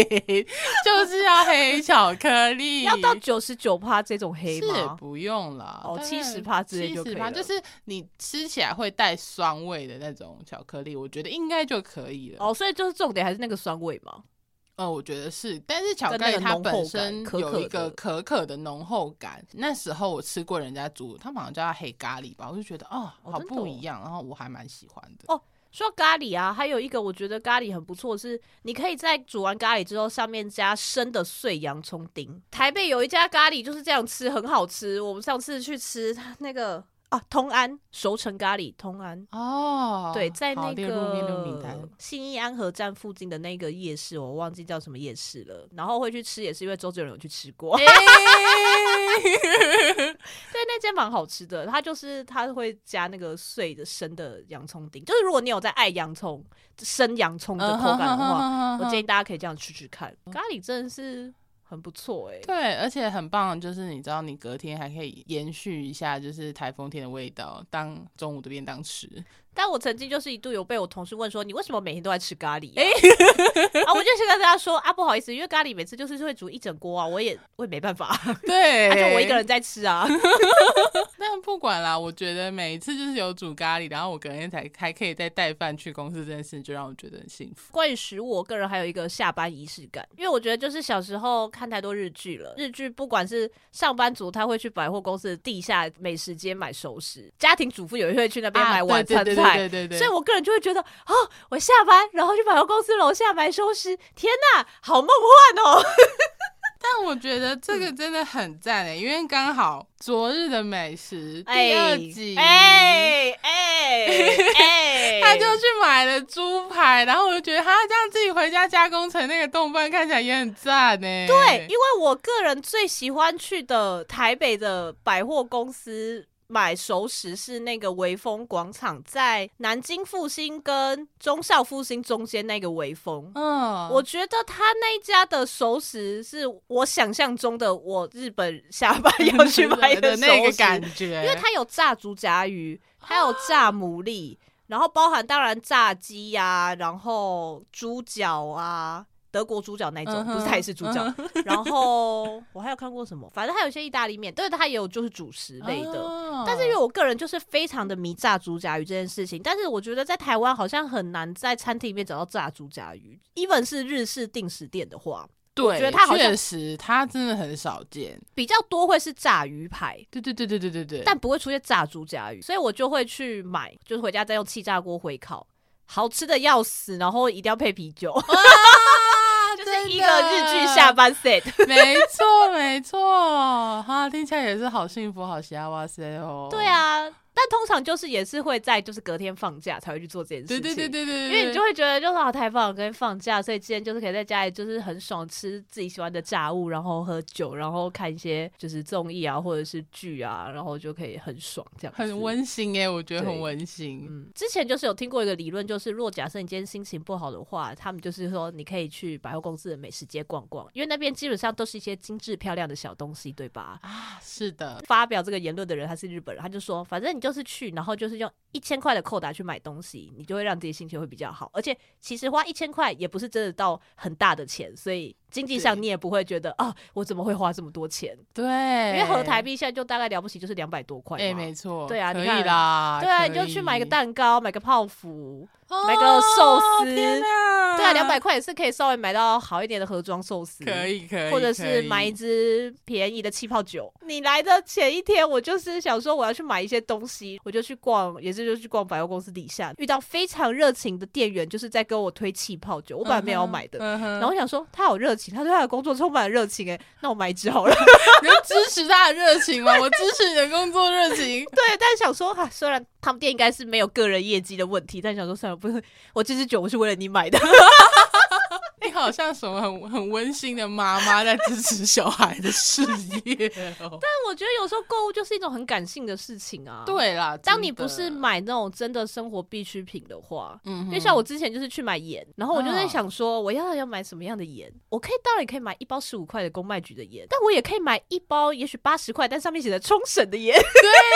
[SPEAKER 4] 就是要黑巧克力，
[SPEAKER 3] 要到九十九趴这种黑
[SPEAKER 4] 是也
[SPEAKER 3] 吗？
[SPEAKER 4] 不用啦，
[SPEAKER 3] 哦70%之类就可以了
[SPEAKER 4] 七就是你吃起来会带酸味的那种巧克力，我觉得应该就可以了。哦，
[SPEAKER 3] 哦，所以就是重点还是那个酸味嘛。
[SPEAKER 4] 呃，我觉得是，但是巧克
[SPEAKER 3] 跟那
[SPEAKER 4] 力
[SPEAKER 3] 个
[SPEAKER 4] 它
[SPEAKER 3] 浓厚
[SPEAKER 4] 本
[SPEAKER 3] 感
[SPEAKER 4] 身
[SPEAKER 3] 可
[SPEAKER 4] 有
[SPEAKER 3] 可
[SPEAKER 4] 一个
[SPEAKER 3] 的
[SPEAKER 4] 可可的浓厚感。那时候我吃过人家煮，他们好像叫它黑咖喱吧，我就觉得哦，
[SPEAKER 3] 哦
[SPEAKER 4] 好
[SPEAKER 3] 真的
[SPEAKER 4] 不
[SPEAKER 3] 哦
[SPEAKER 4] 一样，然后我还蛮喜欢的。
[SPEAKER 3] 哦说到咖喱啊，还有一个我觉得咖喱很不错的是，你可以在煮完咖喱之后，上面加生的碎洋葱丁。台北有一家咖喱就是这样吃，很好吃。我们上次去吃它那个啊，通安熟成咖喱，通安。
[SPEAKER 4] 哦，
[SPEAKER 3] 对，在
[SPEAKER 4] 好
[SPEAKER 3] 那
[SPEAKER 4] 列入列入名
[SPEAKER 3] 个
[SPEAKER 4] 单。
[SPEAKER 3] 信义安和站附近的那个夜市，我忘记叫什么夜市了。然后会去吃，也是因为周杰伦有去吃过。 对，那间蛮好吃的。它就是它会加那个碎的生的洋葱丁，就是如果你有在爱洋葱、生洋葱的口感的
[SPEAKER 4] 嗯
[SPEAKER 3] 话，我建
[SPEAKER 4] 议
[SPEAKER 3] 议大家可以这样吃吃看。
[SPEAKER 4] 嗯
[SPEAKER 3] 咖喱真的是很不错哎、
[SPEAKER 4] 对，而且很棒，就是你知道，你隔天还可以延续一下，就是台风天的味道，当中午的便当吃。
[SPEAKER 3] 但我曾经就是一度有被我同事问说，你为什么每天都在吃咖喱、啊？ 啊，我就是跟大家说啊，不好意思，因为咖喱每次就是会煮一整锅啊，我也我也没办法，
[SPEAKER 4] 对，
[SPEAKER 3] 而 且、就我一个。人在吃啊。
[SPEAKER 4] 但不管啦，我觉得每一次就是有煮咖喱，然后我隔天才还可以再带饭去公司这件事，就让我觉得很幸福。
[SPEAKER 3] 关于食物，我个人还有一个下班仪式感，因为我觉得就是小时候看太多日剧了，日剧不管是上班族他会去百货公司的地下美食街买熟食，家庭主妇也会去那边买
[SPEAKER 4] 啊
[SPEAKER 3] 晚餐
[SPEAKER 4] 对对
[SPEAKER 3] 菜
[SPEAKER 4] 对对。对对
[SPEAKER 3] 所以，我个人就会觉得，哦，我下班，然后去百货公司楼下买熟食，天哪，好梦幻哦！
[SPEAKER 4] 但我觉得这个真的很赞欸诶、因为刚好昨日的美食第
[SPEAKER 3] 哎
[SPEAKER 4] 二集，
[SPEAKER 3] 哎哎 哎，
[SPEAKER 4] 他就去买了猪排，然后我就觉得他这样自己回家加工成那个冻饭，看起来也很赞呢、欸
[SPEAKER 3] 对，因为我个人最喜欢去的台北的百货公司。买熟食是那个微风广场，在南京复兴跟中校复兴中间那个微风。
[SPEAKER 4] 嗯，
[SPEAKER 3] 我觉得他那一家的熟食是我想象中的我日本下班要去买
[SPEAKER 4] 的
[SPEAKER 3] 的
[SPEAKER 4] 那个
[SPEAKER 3] 熟食
[SPEAKER 4] 感觉，
[SPEAKER 3] 因为它有炸竹夹鱼，还有
[SPEAKER 4] 哦
[SPEAKER 3] 炸牡蛎，然后包含当然炸鸡呀、然后猪脚啊，德国猪脚那种，
[SPEAKER 4] 嗯哼
[SPEAKER 3] 不是台式猪脚。然后我还有看过什么，反正还有一些意大利面，对，它也有就是主食类的。
[SPEAKER 4] 哦
[SPEAKER 3] 但是因为我个人就是非常的迷炸猪甲鱼这件事情，但是我觉得在台湾好像很难在餐厅里面找到炸猪甲鱼，even 是日式定食店的话，
[SPEAKER 4] 对，
[SPEAKER 3] 觉得它好像
[SPEAKER 4] 确实它真的很少见。
[SPEAKER 3] 比较多会是炸鱼排。
[SPEAKER 4] 对对对对对对对，
[SPEAKER 3] 但不会出现炸猪甲鱼，所以我就会去买，就是回家再用气炸锅回烤，好吃的要死，然后一定要配啤酒，
[SPEAKER 4] 哦 啊
[SPEAKER 3] 就是一个日剧下班 set。
[SPEAKER 4] 没错没错，哈，听起来也是好幸福，好幸哇塞哦。
[SPEAKER 3] 对，啊，但通常就是也是会在就是隔天放假才会去做这件事
[SPEAKER 4] 对
[SPEAKER 3] 情。
[SPEAKER 4] 对对对对，
[SPEAKER 3] 因为你就会觉得就是好太棒了，跟放假，所以今天就是可以在家里就是很爽吃自己喜欢的炸物，然后喝酒，然后看一些就是综艺啊或者是剧啊，然后就可以很爽这样子，
[SPEAKER 4] 很温馨哎，我觉得很
[SPEAKER 3] 对
[SPEAKER 4] 温馨。
[SPEAKER 3] 嗯，之前就是有听过一个理论，就是若假设你今天心情不好的话，他们就是说你可以去百货公司的美食街逛逛，因为那边基本上都是一些精致漂亮的小东西，对吧？
[SPEAKER 4] 啊，是的，
[SPEAKER 3] 发表这个言论的人他是日本人，他就说，反正你就是去，然后就是用一千块的扣打去买东西，你就会让自己心情会比较好。而且其实花一千块也不是真的到很大的钱，所以经济上
[SPEAKER 4] 对
[SPEAKER 3] 你也不会觉得啊，我怎么会花这么多钱？
[SPEAKER 4] 对，
[SPEAKER 3] 因
[SPEAKER 4] 因
[SPEAKER 3] 为合台币现在就大概了不起就是两百多块嘛，
[SPEAKER 4] 哎，没错，
[SPEAKER 3] 对啊
[SPEAKER 4] 可
[SPEAKER 3] 你
[SPEAKER 4] 以
[SPEAKER 3] 看
[SPEAKER 4] 啦，
[SPEAKER 3] 对啊，
[SPEAKER 4] 可
[SPEAKER 3] 你就去买个
[SPEAKER 4] 以，
[SPEAKER 3] 蛋糕，买个泡芙，买个寿司
[SPEAKER 4] 天哪
[SPEAKER 3] 对啊，两百块也是可以稍微买到好一点的盒装寿司，
[SPEAKER 4] 可以可以，
[SPEAKER 3] 或者是
[SPEAKER 4] 可以
[SPEAKER 3] 买一支便宜的气泡酒。你来的前一天，我就是想说我要去买一些东西，我就去逛，也是就去逛百货公司底下，遇到非常热情的店员，就是在跟我推气泡酒，我本来没有要买的。
[SPEAKER 4] 嗯哼
[SPEAKER 3] 然后我想说，他好热情，他对他的工作充满了热情、欸，那我买一支好了。
[SPEAKER 4] 你就支持他的热情嘛，我支持你的工作热情。
[SPEAKER 3] 对，但是想说，哈、虽然他们店应该是没有个人业绩的问题，但想说，算了，不是，我这支酒我是为了你买的。
[SPEAKER 4] 你好像什么很很温馨的妈妈在支持小孩的事业、哦。
[SPEAKER 3] 但 我觉得有时候购物就是一种很感性的事情啊。，
[SPEAKER 4] 对啦，
[SPEAKER 3] 当你不
[SPEAKER 4] 真
[SPEAKER 3] 是
[SPEAKER 4] 的，
[SPEAKER 3] 买那种真的生活必需品的话，
[SPEAKER 4] 嗯哼，嗯
[SPEAKER 3] 因为像我之前就是去买盐，然后我就在想说，我要要买什么样的盐？我可以当然可以买一包十五块的公卖局的盐，但我也可以买一包也许八十块，但上面写的冲绳的盐。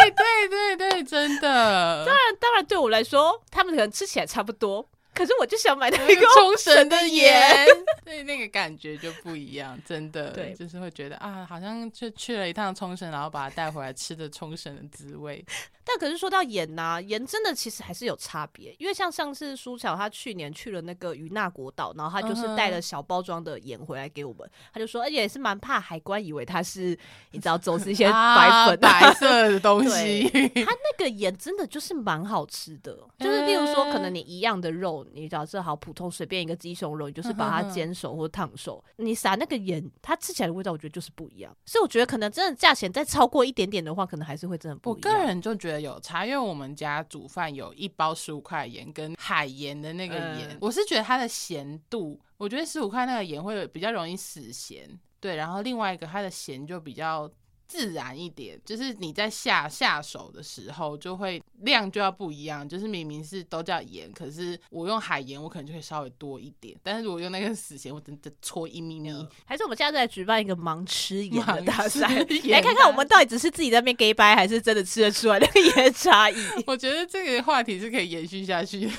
[SPEAKER 4] 对对对对，真的，当
[SPEAKER 3] 但 当然对我来说，他们可能吃起来差不多，可是我就想买那
[SPEAKER 4] 那
[SPEAKER 3] 一
[SPEAKER 4] 个
[SPEAKER 3] 个
[SPEAKER 4] 冲绳的
[SPEAKER 3] 盐。
[SPEAKER 4] 盐，对那个感觉就不一样，真的，
[SPEAKER 3] 对
[SPEAKER 4] 就是会觉得啊，好像去去了一趟冲绳，然后把它带回来吃的冲绳的滋味。
[SPEAKER 3] 但可是说到盐呐、盐真的其实还是有差别，因为像上次舒乔他去年去了那个与那国岛，然后他就是
[SPEAKER 4] 嗯哼
[SPEAKER 3] 带了小包装的盐回来给我们，他就说，而且也是蛮怕海关以为他是你知道走私一些白
[SPEAKER 4] 啊
[SPEAKER 3] 粉、
[SPEAKER 4] 白色的 东
[SPEAKER 3] 对
[SPEAKER 4] 西，
[SPEAKER 3] 它那个盐真的就是蛮好吃的，
[SPEAKER 4] 嗯
[SPEAKER 3] 就是例如说，可能你一样的肉，你假设好普通随便一个鸡胸肉，
[SPEAKER 4] 嗯
[SPEAKER 3] 你就是把它煎熟或烫熟，你撒那个盐，它吃起来的味道我觉得就是不一样。所以我觉得可能真的价钱再超过一点点的话，可能还是会真的
[SPEAKER 4] 我
[SPEAKER 3] 不一
[SPEAKER 4] 个
[SPEAKER 3] 样。
[SPEAKER 4] 人就觉得有差，因为我们家煮饭有一包十五块盐跟海盐的那个盐，
[SPEAKER 3] 嗯
[SPEAKER 4] 我是觉得它的咸度，我觉得十五块那个盐会比较容易死咸，对，然后另外一个它的咸就比较。自然一点，就是你在下下手的时候，就会量就要不一样。就是明明是都叫盐，可是我用海盐，我可能就会稍微多一点；但是我用那个死咸，我真的搓一咪咪。
[SPEAKER 3] 还是我们现在再举办一个盲吃盐的大 赛
[SPEAKER 4] 盲吃，盐
[SPEAKER 3] 来看看我们到底只是自己在那边 gay 掰，还是真的吃得出来那个盐的差异。
[SPEAKER 4] 我觉得这个话题是可以延续下去的，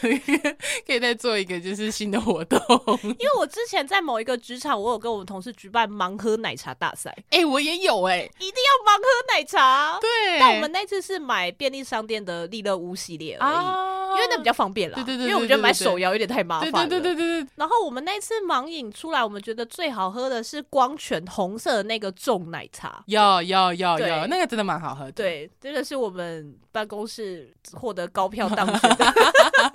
[SPEAKER 4] 可以再做一个就是新的 活动。
[SPEAKER 3] 因为我之前在某一个职场，我有跟我们同事举办盲喝奶茶大赛，
[SPEAKER 4] 哎、我也有哎、
[SPEAKER 3] 一定 要盲喝奶茶。
[SPEAKER 4] 对，
[SPEAKER 3] 但我们那次是买便利商店的利乐屋系列而已，
[SPEAKER 4] 啊，
[SPEAKER 3] 因为那比较方便啦。
[SPEAKER 4] 对对对
[SPEAKER 3] 因为我
[SPEAKER 4] 对
[SPEAKER 3] 觉得
[SPEAKER 4] 对
[SPEAKER 3] 买
[SPEAKER 4] 对
[SPEAKER 3] 手摇有点太麻烦
[SPEAKER 4] 对
[SPEAKER 3] 了。
[SPEAKER 4] 对对对对对，
[SPEAKER 3] 然后我们那次盲饮出来，我们觉得最好喝的是光泉红色的那个重奶茶。
[SPEAKER 4] 要要要
[SPEAKER 3] 对
[SPEAKER 4] 要，那个真的蛮好喝的。，
[SPEAKER 3] 对，这个是我们办公室获得高票 当选的。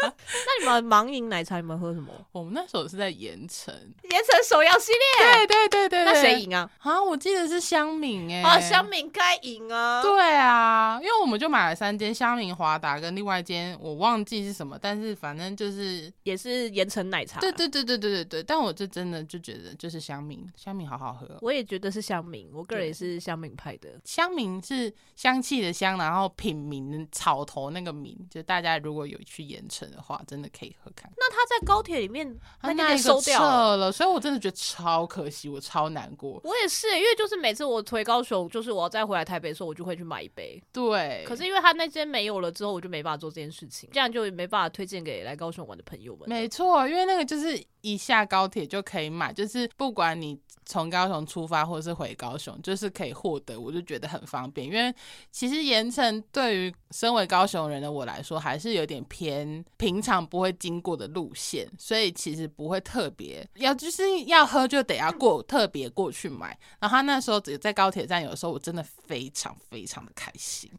[SPEAKER 3] 那你们盲饮奶茶你们喝什么？
[SPEAKER 4] 我们那时候是在盐城，
[SPEAKER 3] 盐城手摇系列。
[SPEAKER 4] 对对对对，
[SPEAKER 3] 啊那
[SPEAKER 4] 对
[SPEAKER 3] 谁？赢啊？
[SPEAKER 4] 啊，我记得是香茗哎、
[SPEAKER 3] 啊，香。敏该赢啊。
[SPEAKER 4] 对啊，因为我们就买了三间香茗、华达跟另外一间我忘记是什么，但是反正就是，
[SPEAKER 3] 也是盐城奶茶。
[SPEAKER 4] 对。对对对对对对，但我就真的就觉得就是香茗，香茗好好喝哦、
[SPEAKER 3] 我也觉得是香茗，我个人
[SPEAKER 4] 对
[SPEAKER 3] 也是香茗派的。
[SPEAKER 4] 香茗是香气的香，然后品茗草头那个茗，就大家如果有去盐城的话，真的可以喝看。
[SPEAKER 3] 那他在高铁里面
[SPEAKER 4] 啊
[SPEAKER 3] 那
[SPEAKER 4] 那
[SPEAKER 3] 天
[SPEAKER 4] 一
[SPEAKER 3] 被
[SPEAKER 4] 个
[SPEAKER 3] 收掉了。
[SPEAKER 4] 撤了，所以我真的觉得超可惜，我超难过。
[SPEAKER 3] 我也是，因为就是每次我回高雄，就是我要再回来台北的时候，我就会去买一杯。
[SPEAKER 4] 对，
[SPEAKER 3] 可是因为他那间没有了之后，我就没办法做这件事情，这样就没办法推荐给来高雄玩的朋友们。
[SPEAKER 4] 没错，因为那个就是一下高铁就可以买，就是不管你从高雄出发或者是回高雄，就是可以获得，我就觉得很方便。因为其实盐城对于身为高雄人的我来说，还是有点偏平常不会经过的路线，所以其实不会特别要就是要喝就得要过特别过去买。然后他那时候只在高铁站，有的时候我真的非常非常的开 心，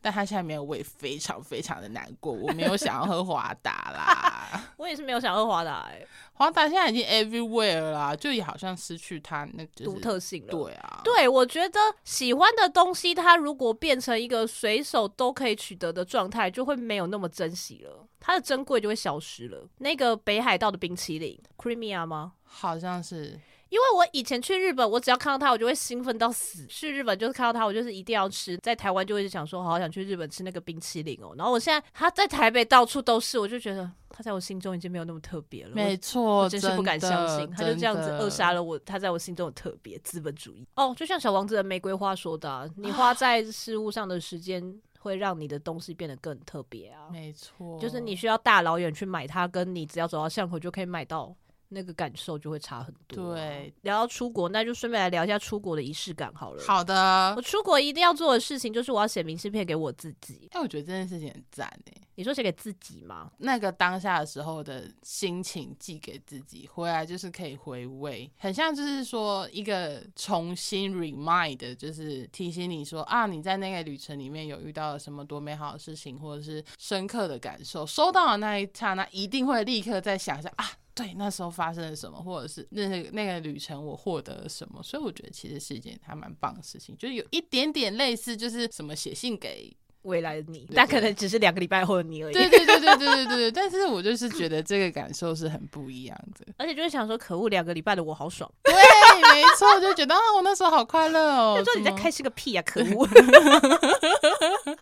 [SPEAKER 4] 但他现在没有，我也非常非常的难过，我没有想要喝华达啦。
[SPEAKER 3] 我也是没有想喝华达、欸，
[SPEAKER 4] 华达现在已经 everywhere 了啦，就也好像失去它那就是
[SPEAKER 3] 独、特性了。。
[SPEAKER 4] 对啊，
[SPEAKER 3] 对，我觉得喜欢的东西，它如果变成一个随手都可以取得的状态，就会没有那么珍惜了，它的珍贵就会消失了。那个北海道的冰淇淋，Creamia 吗？
[SPEAKER 4] 好像是
[SPEAKER 3] 因为我以前去日本，我只要看到它，我就会兴奋到死。去日本就是看到它，我就是一定要吃。在台湾就会一直想说，好想去日本吃那个冰淇淋哦。然后我现在它在台北到处都是，我就觉得它在我心中已经没有那么特别了。
[SPEAKER 4] 没
[SPEAKER 3] 我
[SPEAKER 4] 错，
[SPEAKER 3] 我真是不敢相信，它就这样子扼杀
[SPEAKER 4] 了。
[SPEAKER 3] 了我。它在我心中的特别资本主义哦，就像小王子的玫瑰花说的啊、你花在事物上的时间会让你的东西变得更特别啊。
[SPEAKER 4] 没错，
[SPEAKER 3] 就是你需要大老远去买它，跟你只要走到巷口就可以买到，那个感受就会差很多、啊
[SPEAKER 4] 对，
[SPEAKER 3] 聊到出国，那就顺便来聊一下出国的仪式感好了。，
[SPEAKER 4] 好的。
[SPEAKER 3] 我出国一定要做的事情就是我要写明信片给我自己。
[SPEAKER 4] 哎、我觉得这件事情很赞哎、
[SPEAKER 3] 你说写给自己吗？
[SPEAKER 4] 那个当下的时候的心情寄给自己，回来就是可以回味，很像就是说一个重新 remind，的就是提醒你说啊，你在那个旅程里面有遇到了什么多美好的事情，或者是深刻的感受，收到的那一刹那，一定会立刻再想一下啊。对，那时候发生了什么，或者是那个那个旅程我获得了什么，所以我觉得其实是一件还蛮棒的事情，就是有一点点类似，就是什么写信给
[SPEAKER 3] 未来的你，
[SPEAKER 4] 对
[SPEAKER 3] 但可能只是两个礼拜后的你而已。
[SPEAKER 4] 对对对对对对对对，但是我就是觉得这个感受是很不一样的。
[SPEAKER 3] 而且就会想说，可恶，两个礼拜的我好爽。
[SPEAKER 4] 对，没错，就觉得啊，我那时候好快乐哦。
[SPEAKER 3] 就说你在
[SPEAKER 4] 怎么
[SPEAKER 3] 开心个屁呀、可恶！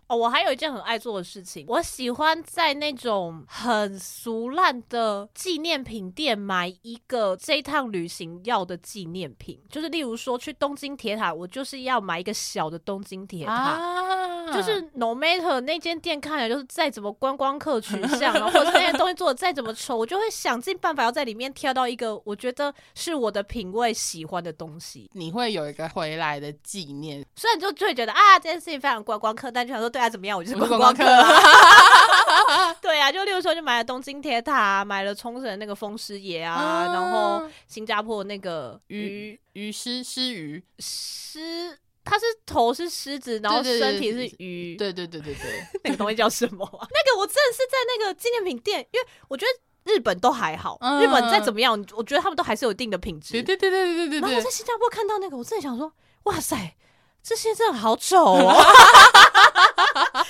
[SPEAKER 3] 哦，我还有一件很爱做的事情，我喜欢在那种很俗烂的纪念品店买一个这一趟旅行要的纪念品，就是例如说去东京铁塔，我就是要买一个小的东京铁塔。
[SPEAKER 4] 啊，
[SPEAKER 3] 就是 no matter 那间店看起来就是再怎么观光客取向啊，或者是那些东西做的再怎么丑，我就会想尽办法要在里面挑到一个我觉得是我的品味喜欢的东西。
[SPEAKER 4] 你会有一个回来的纪念，
[SPEAKER 3] 虽然就就会觉得啊，这件事情非常观光客，但就想说对啊，怎么样，我就是观光客、
[SPEAKER 4] 我是观
[SPEAKER 3] 啊。 对啊，就例如说，就买了东京铁塔、啊，买了冲绳的那个风师爷啊，
[SPEAKER 4] 啊
[SPEAKER 3] 然后新加坡的那个
[SPEAKER 4] 鱼鱼狮狮鱼，
[SPEAKER 3] 狮，它是头是狮子，然后
[SPEAKER 4] 对对对
[SPEAKER 3] 身体
[SPEAKER 4] 对
[SPEAKER 3] 是鱼，
[SPEAKER 4] 对对对 对对，
[SPEAKER 3] 那个东西叫什么啊、那个我真的是在那个纪念品店，因为我觉得日本都还好，
[SPEAKER 4] 嗯
[SPEAKER 3] 日本再怎么样，我觉得他们都还是有一定的品质。
[SPEAKER 4] 对对对对对对
[SPEAKER 3] 然后
[SPEAKER 4] 对
[SPEAKER 3] 我在
[SPEAKER 4] 对，
[SPEAKER 3] 新加坡看到那个，我真的想说，哇塞，这些真的好丑哦。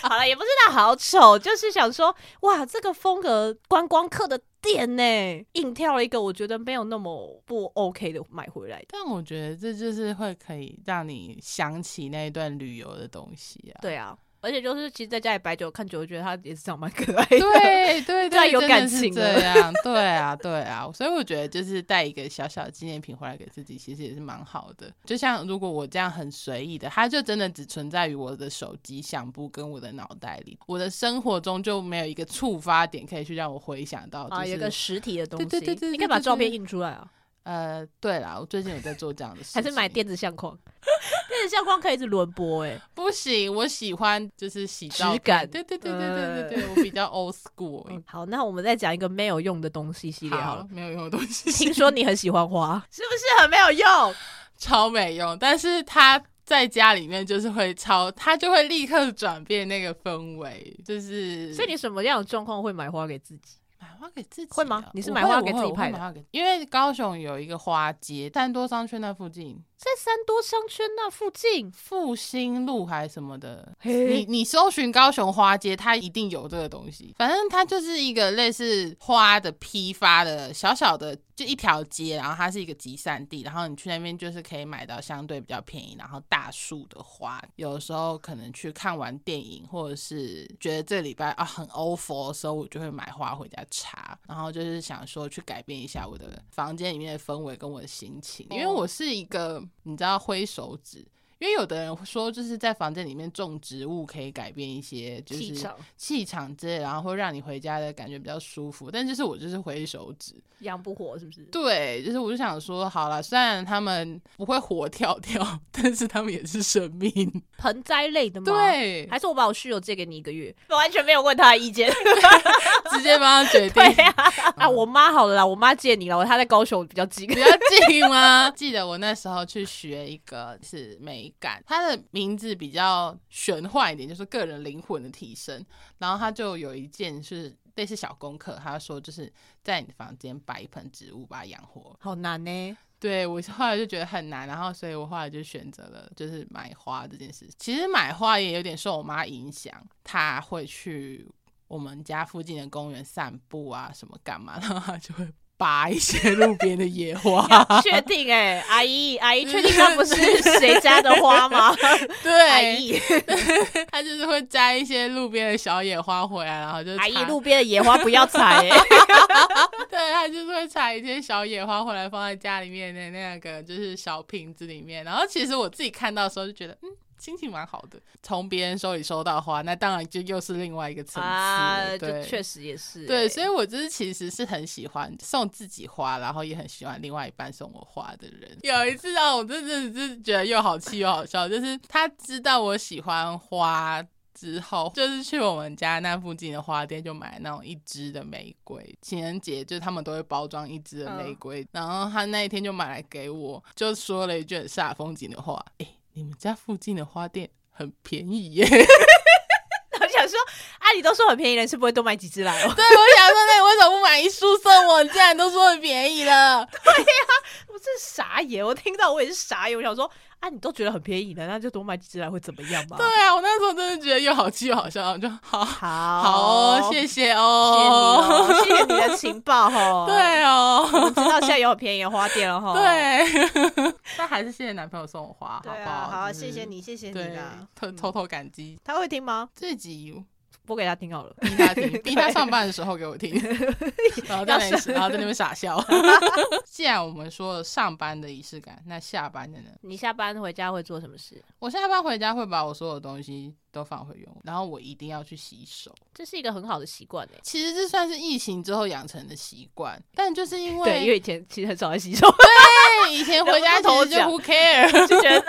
[SPEAKER 3] 好了，也不是那好丑，就是想说，哇，这个风格观光客的店呢，硬挑了一个我觉得没有那么不 OK 的买回来的。
[SPEAKER 4] 但我觉得这就是会可以让你想起那一段旅游的东西啊。
[SPEAKER 3] 对啊，而且就是其实在家里摆酒看久，我觉得它也是长蛮可爱的。
[SPEAKER 4] 对对
[SPEAKER 3] 对啊
[SPEAKER 4] 对，
[SPEAKER 3] 有
[SPEAKER 4] 真
[SPEAKER 3] 感
[SPEAKER 4] 的是
[SPEAKER 3] 情了
[SPEAKER 4] 这样，对啊对啊，所以我觉得就是带一个小小的纪念品回来给自己，其实也是蛮好的。就像如果我这样很随意的，它就真的只存在于我的手机相簿跟我的脑袋里，我的生活中就没有一个触发点可以去让我回想到，就
[SPEAKER 3] 啊，
[SPEAKER 4] 是、
[SPEAKER 3] 有个实体的东西，
[SPEAKER 4] 对对对对
[SPEAKER 3] 你可以
[SPEAKER 4] 对
[SPEAKER 3] 把
[SPEAKER 4] 对
[SPEAKER 3] 照片
[SPEAKER 4] 对
[SPEAKER 3] 印出来啊，
[SPEAKER 4] 呃，对啦，我最近有在做这样的事
[SPEAKER 3] 还
[SPEAKER 4] 情，
[SPEAKER 3] 是买电子相框？ 电子相框可以一直轮播哎、
[SPEAKER 4] 不行，我喜欢就是洗
[SPEAKER 3] 质
[SPEAKER 4] 照片
[SPEAKER 3] 感呃
[SPEAKER 4] 对对对对对对对，我比较 old school 一点。
[SPEAKER 3] 好，那我们再讲一个没有用的东西系列嗯好了。
[SPEAKER 4] 没有用的东西。
[SPEAKER 3] 听说你很喜欢花，是不是很没有用？
[SPEAKER 4] 超没用，但是他在家里面就是会超，他就会立刻转变那个氛围，就是
[SPEAKER 3] 所以你什么样的状况会买花给自己？
[SPEAKER 4] 买花给自己啊
[SPEAKER 3] 会吗你是
[SPEAKER 4] 我
[SPEAKER 3] 买
[SPEAKER 4] 会
[SPEAKER 3] 花
[SPEAKER 4] 我
[SPEAKER 3] 给自
[SPEAKER 4] 会
[SPEAKER 3] 己
[SPEAKER 4] 我会
[SPEAKER 3] 派
[SPEAKER 4] 买
[SPEAKER 3] 的
[SPEAKER 4] 花给因为高雄有一个花街，但多商圈那附近，
[SPEAKER 3] 在三多商圈那附近，
[SPEAKER 4] 复兴路还是什么的，
[SPEAKER 3] 嘿
[SPEAKER 4] 你你搜寻高雄花街，它一定有这个东西。反正它就是一个类似花的批发的小小的，就一条街，然后它是一个集散地，然后你去那边就是可以买到相对比较便宜，然后大束的花。有的时候可能去看完电影，或者是觉得这礼拜啊很 o f f 的时候，我就会买花回家插，然后就是想说去改变一下我的房间里面的氛围跟我的心情，因为我是一个你知道挥手指。因为有的人说，就是在房间里面种植物可以改变一些，就是
[SPEAKER 3] 气场
[SPEAKER 4] 气场之类，然后会让你回家的感觉比较舒服。但就是我就是挥手指，
[SPEAKER 3] 养不活是不是？
[SPEAKER 4] 对，就是我就想说，好了，虽然他们不会活跳跳， 但是他们也是生命。
[SPEAKER 3] 盆栽类的吗？，
[SPEAKER 4] 对，
[SPEAKER 3] 还是我把我室友借给你一个月，完全没有问他的意见。
[SPEAKER 4] 直接帮他决定
[SPEAKER 3] 对。啊，啊，我妈好了啦，我妈借你了，她在高雄比较近。
[SPEAKER 4] 比较近吗？记得我那时候去学一个是美感，它的名字比较玄幻一点，就是个人灵魂的提升。然后它就有一件是类似小功课，他说就是在你的房间摆一盆植物，把它养活。
[SPEAKER 3] 好难呢、
[SPEAKER 4] 对我后来就觉得很难，然后所以我后来就选择了就是买花这件事。其实买花也有点受我妈影响，她会去我们家附近的公园散步啊，什么干嘛，然后她就会拔一些路边的野花。
[SPEAKER 3] 确定哎、阿姨，阿姨，确定它不是谁家的花 吗？阿
[SPEAKER 4] 对，
[SPEAKER 3] 姨，
[SPEAKER 4] 他就是会摘一些路边的小野花回来，然后就
[SPEAKER 3] 阿姨
[SPEAKER 4] 插，
[SPEAKER 3] 路边的野花不要采、欸，
[SPEAKER 4] 对，他就是会采一些小野花回来放在家里面的那个就是小瓶子里面。然后其实我自己看到的时候就觉得，嗯，心情蛮好的。从别人手里收到花，那当然就又是另外一个层 次了，
[SPEAKER 3] 啊，就
[SPEAKER 4] 对。
[SPEAKER 3] 确实也是欸、
[SPEAKER 4] 对，所以我就是其实是很喜欢送自己花，然后也很喜欢另外一半送我花的人。有一次啊让我真的是觉得又好气又好笑，就是他知道我喜欢花。之后，就是去我们家那附近的花店就买那种一支的玫瑰，情人节就是他们都会包装一支的玫瑰，然后他那一天就买来给我，就说了一句很煞风景的话：“哎、你们家附近的花店很便宜耶。”
[SPEAKER 3] 我想说，啊，你都说很便宜，人是不会多买几支来哦。
[SPEAKER 4] 对，我想说，那你为什么不买一束送我？你既然都说很便宜了，
[SPEAKER 3] 我真是傻眼，我听到我也是傻眼，我想说，啊，你都觉得很便宜了，那就多买几支来会怎么样嘛？
[SPEAKER 4] 对啊，我那时候真的觉得又好气又好笑，我就好好
[SPEAKER 3] 啊好，
[SPEAKER 4] 哦，
[SPEAKER 3] 谢
[SPEAKER 4] 谢
[SPEAKER 3] 谢
[SPEAKER 4] 谢
[SPEAKER 3] 你
[SPEAKER 4] 哦，
[SPEAKER 3] 哦，谢谢你的情报 哦。，
[SPEAKER 4] 对
[SPEAKER 3] 我
[SPEAKER 4] 哦，
[SPEAKER 3] 知道现在有很便宜的花店了哈。，
[SPEAKER 4] 对，哦 但还是谢谢男朋友送我花，
[SPEAKER 3] 对
[SPEAKER 4] 不
[SPEAKER 3] 啊，
[SPEAKER 4] 好？
[SPEAKER 3] 好啊，
[SPEAKER 4] 就
[SPEAKER 3] 谢
[SPEAKER 4] 是
[SPEAKER 3] 谢你，，谢谢你
[SPEAKER 4] 对
[SPEAKER 3] 啦。，嗯
[SPEAKER 4] 偷偷偷感激。
[SPEAKER 3] 他会听吗？
[SPEAKER 4] 这集
[SPEAKER 3] 播给他听好了。
[SPEAKER 4] 逼 他听，逼他上班的时候给我听，然后在那
[SPEAKER 3] 要
[SPEAKER 4] 里，然后在那边 傻笑。既然我们说了上班的仪式感，那下班的呢？
[SPEAKER 3] 你下班回家会做什么事？
[SPEAKER 4] 我下班回家会把我所有东西都放回原位，然后我一定要去洗手。
[SPEAKER 3] 这是一个很好的习惯欸诶。
[SPEAKER 4] 其实这算是疫情之后养成的习惯，但就是因为
[SPEAKER 3] 对，因为以前其实很少在洗手，
[SPEAKER 4] 对以前回家其实 就 who care，
[SPEAKER 3] 就觉得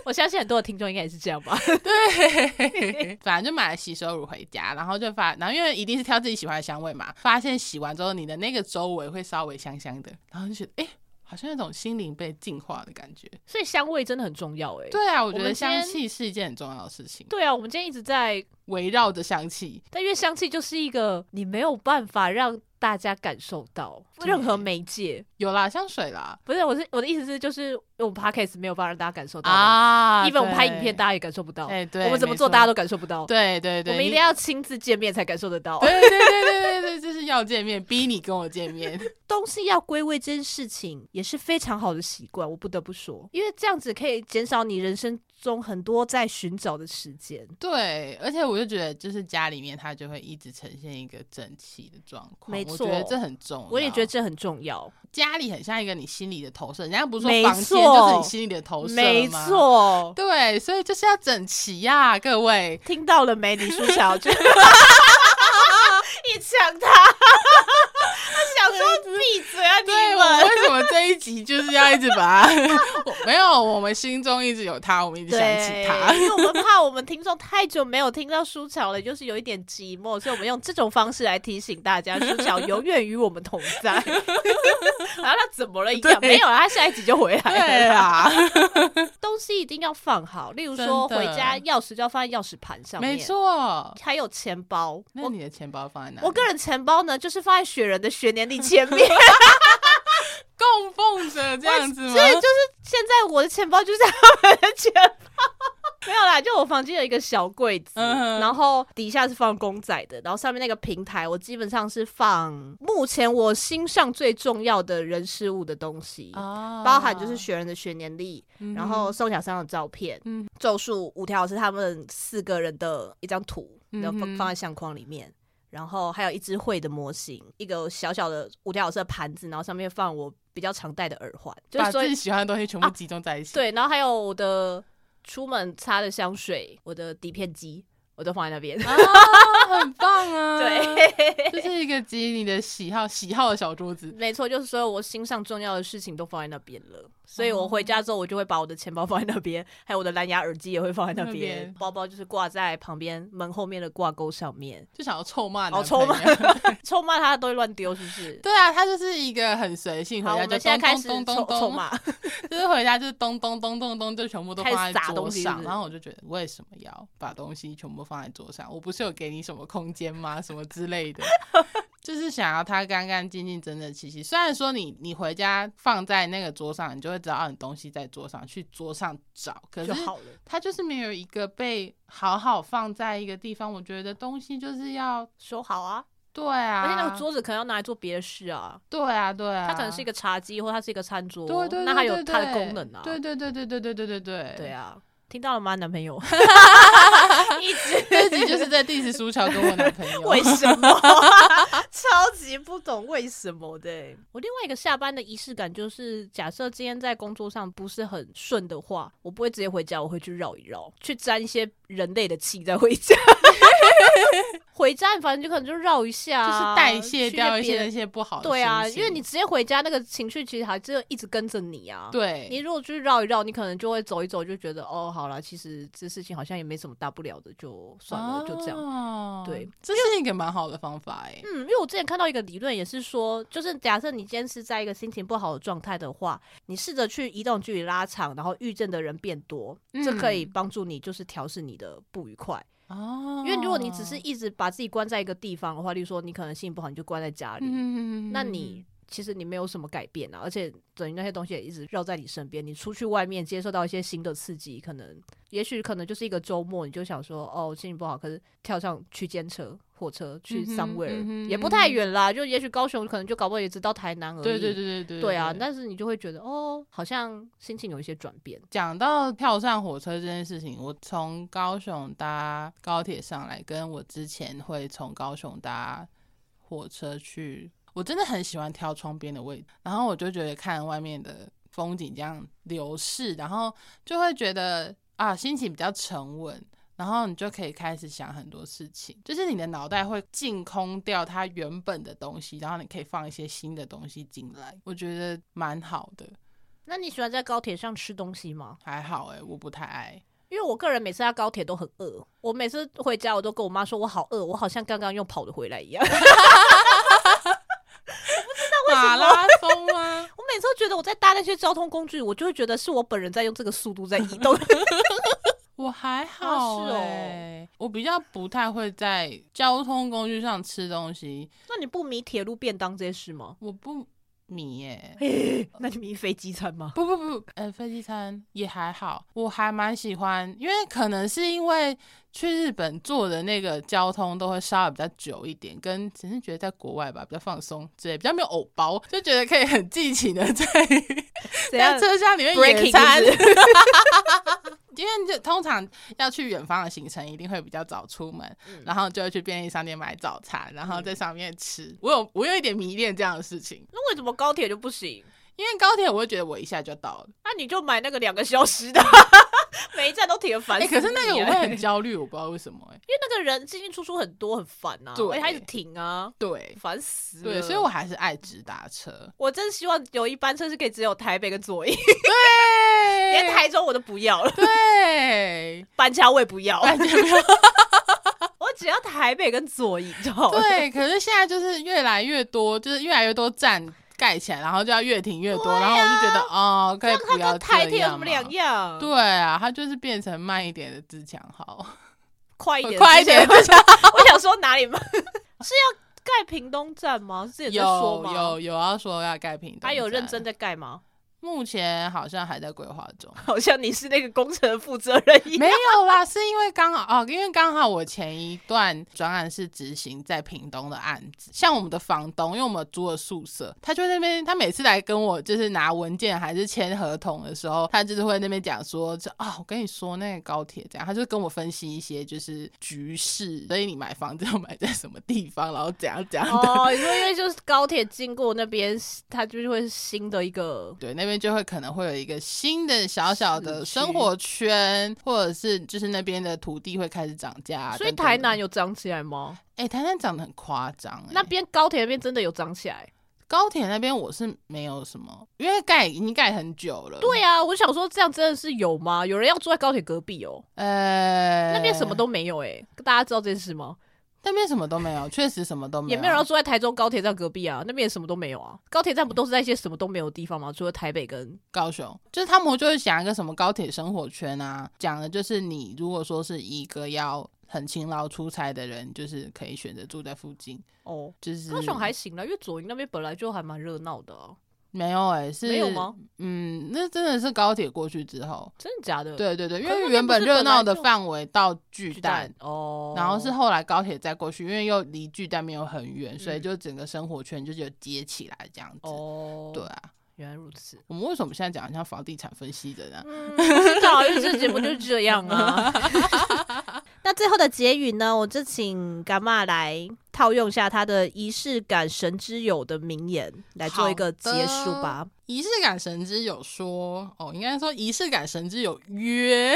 [SPEAKER 3] 我相信很多的听众应该也是这样吧。
[SPEAKER 4] 对，反正就买了洗手乳回家，然后就发，然后因为一定是挑自己喜欢的香味嘛，发现洗完之后你的那个周围会稍微香香的，然后就觉得哎、诶好像有种心灵被净化的感觉。
[SPEAKER 3] 所以香味真的很重要欸诶。
[SPEAKER 4] 对啊，我觉
[SPEAKER 3] 我
[SPEAKER 4] 得
[SPEAKER 3] 们今天
[SPEAKER 4] 香气是一件很重要的事情，
[SPEAKER 3] 对啊，我们今天一直在，
[SPEAKER 4] 围绕着香气，
[SPEAKER 3] 但因为香气就是一个你没有办法让大家感受到
[SPEAKER 4] 对
[SPEAKER 3] 任何媒介。
[SPEAKER 4] 有啦，香水啦
[SPEAKER 3] 不是，我是我的意思是，就是我们 podcast 没有办法让大家感受到嘛。
[SPEAKER 4] 啊
[SPEAKER 3] 因为我们拍影片，
[SPEAKER 4] 对
[SPEAKER 3] 大家也感受不到。
[SPEAKER 4] 哎对
[SPEAKER 3] 我们怎么
[SPEAKER 4] 没
[SPEAKER 3] 做，
[SPEAKER 4] 错
[SPEAKER 3] 大家都感受不到。
[SPEAKER 4] 对对
[SPEAKER 3] 我
[SPEAKER 4] 对，
[SPEAKER 3] 们一定要亲自见面才感受得到。
[SPEAKER 4] 对对对对对对，就是要见面，逼你跟我见面。
[SPEAKER 3] 东西要归位这件事情也是非常好的习惯，我不得不说，因为这样子可以减少你人生中很多在寻找的时间。
[SPEAKER 4] 对，而且我就觉得，就是家里面它就会一直呈现一个整齐的状况。
[SPEAKER 3] 没
[SPEAKER 4] 我觉得
[SPEAKER 3] 错
[SPEAKER 4] 这很重要。
[SPEAKER 3] 我也觉得这很重要，
[SPEAKER 4] 家里很像一个你心里的投射，人家不是
[SPEAKER 3] 没
[SPEAKER 4] 说房间
[SPEAKER 3] 错
[SPEAKER 4] 就是你心里的投射
[SPEAKER 3] 没
[SPEAKER 4] 吗，
[SPEAKER 3] 错。
[SPEAKER 4] 对，所以就是要整齐呀、各位。
[SPEAKER 3] 听到了没，李书 乔？就一抢他，他想说闭嘴啊，
[SPEAKER 4] 对，
[SPEAKER 3] 你
[SPEAKER 4] 我
[SPEAKER 3] 们！
[SPEAKER 4] 为什么这一集就是要一直把它？ 我没有，我们心中一直有他，我们一直想起他
[SPEAKER 3] 对，。因为我们怕我们听众太久没有听到舒乔了，就是有一点寂寞，所以我们用这种方式来提醒大 家，舒乔永远与我们同在。然后他怎么了一样？
[SPEAKER 4] 对
[SPEAKER 3] 没有啊啦，他下一集就回来
[SPEAKER 4] 对
[SPEAKER 3] 了啦。
[SPEAKER 4] 啊，
[SPEAKER 3] 东西一定要放好，例如说
[SPEAKER 4] 真
[SPEAKER 3] 回
[SPEAKER 4] 的
[SPEAKER 3] 家钥匙就要放在钥匙盘上面，
[SPEAKER 4] 没，错。
[SPEAKER 3] 还有钱包。
[SPEAKER 4] 那你的钱包放在哪里？
[SPEAKER 3] 我个人钱包呢，就是放在雪人的学年历前面，
[SPEAKER 4] 供奉着这样子吗？
[SPEAKER 3] 所以就是现在我的钱包就是他们的钱包， 没有啦，就我房间有一个小柜子，
[SPEAKER 4] 嗯哼
[SPEAKER 3] 然后底下是放公仔的，然后上面那个平台我基本上是放目前我心上最重要的人事物的东西。
[SPEAKER 4] 啊
[SPEAKER 3] 包含就是学人的学年历，
[SPEAKER 4] 嗯哼
[SPEAKER 3] 然后宋小桑的照片，
[SPEAKER 4] 嗯
[SPEAKER 3] 咒术五条是他们四个人的一张图，然后
[SPEAKER 4] 嗯
[SPEAKER 3] 放
[SPEAKER 4] 哼
[SPEAKER 3] 放在相框里面。然后还有一只会的模型，一个小小的五条老师的盘子，然后上面放我比较常戴的耳环，就是
[SPEAKER 4] 把
[SPEAKER 3] 所
[SPEAKER 4] 自
[SPEAKER 3] 以啊
[SPEAKER 4] 己喜欢的东西全部集中在一起。
[SPEAKER 3] 对，然后还有我的出门擦的香水，我的底片机，我都放在那边。
[SPEAKER 4] 啊，很棒啊！
[SPEAKER 3] 对，
[SPEAKER 4] 这是一个集你的喜好喜好的小桌 子。
[SPEAKER 3] 没错，就是所有我心上重要的事情都放在那边了。所以
[SPEAKER 4] 哦
[SPEAKER 3] 我回家之后，我就会把我的钱包放在那边，还有我的蓝牙耳机也会放在那
[SPEAKER 4] 那
[SPEAKER 3] 边
[SPEAKER 4] 边，
[SPEAKER 3] 包包就是挂在旁边门后面的挂钩上面。
[SPEAKER 4] 就想要臭骂
[SPEAKER 3] 哦
[SPEAKER 4] 男
[SPEAKER 3] 臭骂
[SPEAKER 4] 朋友
[SPEAKER 3] 臭骂他都会乱丢，是不是？
[SPEAKER 4] 对啊，他就是一个很随性，回
[SPEAKER 3] 好，我
[SPEAKER 4] 家
[SPEAKER 3] 们
[SPEAKER 4] 就
[SPEAKER 3] 现在开
[SPEAKER 4] 咚
[SPEAKER 3] 始
[SPEAKER 4] 咚咚
[SPEAKER 3] 臭
[SPEAKER 4] 咚
[SPEAKER 3] 臭
[SPEAKER 4] 咚，
[SPEAKER 3] 骂，
[SPEAKER 4] 就是回家就是咚咚咚咚咚，就全部都
[SPEAKER 3] 开始
[SPEAKER 4] 放在
[SPEAKER 3] 撒
[SPEAKER 4] 桌
[SPEAKER 3] 东西是不
[SPEAKER 4] 上。
[SPEAKER 3] 是
[SPEAKER 4] 然后我就觉得，为什么要把东西全部放在桌上？我不是有给你什么空间吗？什么 之类的，就是想要它干干净净、整整齐齐。虽然说你你回家放在那个桌上，你就会知道啊你东西在桌上，去桌上找。可是
[SPEAKER 3] 就好了。
[SPEAKER 4] 它就是没有一个被好好放在一个地方。我觉得东西就是要
[SPEAKER 3] 收好啊，
[SPEAKER 4] 对啊，
[SPEAKER 3] 而且那个桌子可能要拿来做别的事啊，
[SPEAKER 4] 对啊对啊，
[SPEAKER 3] 它可能是一个茶几，或它是一个餐桌，
[SPEAKER 4] 对对，对
[SPEAKER 3] 那它有
[SPEAKER 4] 对
[SPEAKER 3] 它的
[SPEAKER 4] 对
[SPEAKER 3] 功能啊。
[SPEAKER 4] 对对对对对对对对对
[SPEAKER 3] 对！啊，听到了吗，男朋 友？一
[SPEAKER 4] 这
[SPEAKER 3] 直
[SPEAKER 4] 集就是在 diss 苏乔跟我男朋友，
[SPEAKER 3] 为什么 啊、超级不懂为什么的欸、我另外一个下班的仪式感就是，假设今天在工作上不是很顺的 话，我不会直接回家，我会去绕一绕，去沾一些人类的气再回家。回家，你反正就可能就绕一下
[SPEAKER 4] 就
[SPEAKER 3] 啊，
[SPEAKER 4] 是代谢掉一
[SPEAKER 3] 去别
[SPEAKER 4] 些
[SPEAKER 3] 的
[SPEAKER 4] 那些不好的心情。
[SPEAKER 3] 对啊，因为你直接回家，那个情绪其实还是一直跟着你啊。，你
[SPEAKER 4] 对
[SPEAKER 3] 如果去绕一绕，你可能就会走一走，就觉得哦，好了，其实这事情好像也没什么大不了的，就算了，就这
[SPEAKER 4] 哦
[SPEAKER 3] 样。
[SPEAKER 4] 样
[SPEAKER 3] 对，
[SPEAKER 4] 这是一个蛮好的方法哎。
[SPEAKER 3] 嗯，因为我之前看到一个理论，也是说，就是假设你今天是在一个心情不好的状态的话，你试着去移动距离拉长，然后遇见的人变多，这可以
[SPEAKER 4] 嗯
[SPEAKER 3] 帮助你就是调试你的不愉快。
[SPEAKER 4] 哦，
[SPEAKER 3] 嗯因为如果你只是一直把自己关在一个地方的话，例如说你可能心情不好，你就关在家里，
[SPEAKER 4] 嗯，
[SPEAKER 3] 那你其实你没有什么改变啊，而且等于那些东西也一直绕在你身边。你出去外面接受到一些新的刺激，可能也许可能就是一个周末，你就想说哦心情不好，可是跳上区间车、火车去
[SPEAKER 4] 嗯哼
[SPEAKER 3] somewhere、
[SPEAKER 4] 嗯哼
[SPEAKER 3] 也不太远啦，就也许高雄可能就搞不好也只到台南而已。
[SPEAKER 4] 对对对对对
[SPEAKER 3] 对啊，但是你就会觉得哦，好像心情有一些转变。
[SPEAKER 4] 讲到跳上火车这件事情，我从高雄搭高铁上来，跟我之前会从高雄搭火车去，我真的很喜欢挑窗边的位置，然后我就觉得看外面的风景这样流逝，然后就会觉得啊，心情比较沉稳。然后你就可以开始想很多事情，就是你的脑袋会净空掉它原本的东西，然后你可以放一些新的东西进来，我觉得蛮好的。
[SPEAKER 3] 那你喜欢在高铁上吃东西吗？
[SPEAKER 4] 还好哎、我不太爱。
[SPEAKER 3] 因为我个人每次在高铁都很饿，我每次回家我都跟我妈说我好饿，我好像刚刚又跑了回来一样。
[SPEAKER 4] 马拉松吗？
[SPEAKER 3] 我每次都觉得我在搭那些交通工具，我就会觉得是我本人在用这个速度在移动。
[SPEAKER 4] 我还好、
[SPEAKER 3] 啊是哦
[SPEAKER 4] 欸我比较不太会在交通工具上吃东西，
[SPEAKER 3] 那你不迷铁路便当这些事吗？
[SPEAKER 4] 我不迷耶、
[SPEAKER 3] 那你迷飞机餐 吗？
[SPEAKER 4] 不不不，呃，飞机餐也还好，我还蛮喜欢，因为可能是因为去日本坐的那个交通都会稍微比较久一点，跟只是觉得在国外吧比较放松之类，比较没有偶包，就觉得可以很尽情的在
[SPEAKER 3] 怎
[SPEAKER 4] 在
[SPEAKER 3] 样？
[SPEAKER 4] 车厢里面
[SPEAKER 3] 啊 Breaking
[SPEAKER 4] 野餐
[SPEAKER 3] 是。
[SPEAKER 4] 因为就通常要去远方的行程，一定会比较早出门，
[SPEAKER 3] 嗯
[SPEAKER 4] 然后就会去便利商店买早餐，然后在上面吃。我有我有一点迷恋这样的事情，
[SPEAKER 3] 那为什么高铁就不行？
[SPEAKER 4] 因为高铁我会觉得我一下就到了，
[SPEAKER 3] 那、你就买那个两个小时的， 每一站都铁烦
[SPEAKER 4] 哎、
[SPEAKER 3] 死你、
[SPEAKER 4] 可是那个我会
[SPEAKER 3] 哎
[SPEAKER 4] 很焦虑，我不知道为什么、哎，
[SPEAKER 3] 因为那个人进进出出很多，很烦啊，
[SPEAKER 4] 对
[SPEAKER 3] 而且他一直停啊，
[SPEAKER 4] 对
[SPEAKER 3] 烦死了。
[SPEAKER 4] 对，所以我还是爱直达车，
[SPEAKER 3] 我真希望有一班车是可以只有台北跟左营，
[SPEAKER 4] 对，
[SPEAKER 3] 连哎台中我都不要了，
[SPEAKER 4] 对
[SPEAKER 3] 板桥我也不要，
[SPEAKER 4] 完全没有
[SPEAKER 3] 我只要台北跟左营就好了。
[SPEAKER 4] 对，可是现在就是越来越多，就是越来越多站。盖起来，然后就要越停越多，然后我就觉得哦，可以
[SPEAKER 3] 啊这样
[SPEAKER 4] 不
[SPEAKER 3] 它
[SPEAKER 4] 要
[SPEAKER 3] 跟台铁有什
[SPEAKER 4] 这
[SPEAKER 3] 么
[SPEAKER 4] 样嘛
[SPEAKER 3] 两样？
[SPEAKER 4] 对啊，它就是变成慢一点的自强号，
[SPEAKER 3] 快 一点，
[SPEAKER 4] 快一点
[SPEAKER 3] 我想 我想说哪里吗？ 是要盖屏东站吗？是也在
[SPEAKER 4] 有
[SPEAKER 3] 说吗？
[SPEAKER 4] 有有要说要盖屏东站，
[SPEAKER 3] 他有认真在盖吗？，
[SPEAKER 4] 目前好像还在规划中
[SPEAKER 3] 好像你是那个工程的负责人一样。
[SPEAKER 4] 没有啦，是因为刚好哦，因为刚好我前一段专案是执行在屏东的案子，像我们的房东，因为我们租了宿舍，他就在那边，他每次来跟我就是拿文件还是签合同的时候，他就是会那边讲说，这啊、我跟你说那个高铁这样，他就跟我分析一些就是局势，所以你买房子要买在什么地方，然后怎样怎样的。
[SPEAKER 3] 哦，你说因为就是高铁经过那边，它就是会新的一个
[SPEAKER 4] 对，那边就会可能会有一个新的小小的生活圈，或者是就是那边的土地会开始涨价啊。
[SPEAKER 3] 所以
[SPEAKER 4] 等等
[SPEAKER 3] 台南
[SPEAKER 4] 的，
[SPEAKER 3] 有涨起来吗？
[SPEAKER 4] 哎、台南涨得很夸张、哎
[SPEAKER 3] 那边高铁那边真的有涨起来？
[SPEAKER 4] 嗯高铁那边我是没有什么，因为盖已经盖很久了。
[SPEAKER 3] 对、啊，我想说这样真的是有吗？有人要住在高铁隔壁哦，
[SPEAKER 4] 呃，
[SPEAKER 3] 那边什么，都没有哎、大家知道这件事吗？
[SPEAKER 4] 那边什么都没有，确实什么都没
[SPEAKER 3] 也
[SPEAKER 4] 有，
[SPEAKER 3] 没有人要住在台中高铁站隔壁啊，那边也什么都没有啊。高铁站不都是在一些什么都没有的地方吗？除了台北跟
[SPEAKER 4] 高雄，就是他们就是讲一个什么高铁生活圈啊，讲的就是你如果说是一个要很勤劳出差的人，就是可以选择住在附近，
[SPEAKER 3] 哦
[SPEAKER 4] 就是
[SPEAKER 3] 高雄还行啦，因为左营那边本来就还蛮热闹的啊、
[SPEAKER 4] 没有哎、是
[SPEAKER 3] 没有吗？
[SPEAKER 4] 嗯，那真的是高铁过去之后，
[SPEAKER 3] 真的假的？，
[SPEAKER 4] 对对对，因
[SPEAKER 3] 呃可是那
[SPEAKER 4] 为
[SPEAKER 3] 边
[SPEAKER 4] 原
[SPEAKER 3] 不是
[SPEAKER 4] 本热
[SPEAKER 3] 本来
[SPEAKER 4] 闹的
[SPEAKER 3] 就
[SPEAKER 4] 范围到巨
[SPEAKER 3] 巨
[SPEAKER 4] 蛋
[SPEAKER 3] 蛋，哦，
[SPEAKER 4] 然后是后来高铁再过去，因为又离巨蛋没有很远，所以
[SPEAKER 3] 嗯
[SPEAKER 4] 就整个生活圈就有接起来这样子。
[SPEAKER 3] 哦，
[SPEAKER 4] 对，啊，
[SPEAKER 3] 原来如此。
[SPEAKER 4] 我们为什么现在讲得像房地产分析的呢？
[SPEAKER 3] 嗯，不知道，因为这节目就是这样 啊。那最后的结语呢，我就请干妈来套用一下他的仪式感神之友的名言，来做一个结束吧。
[SPEAKER 4] 仪式感神之有说，哦，应该说仪式感神之有约，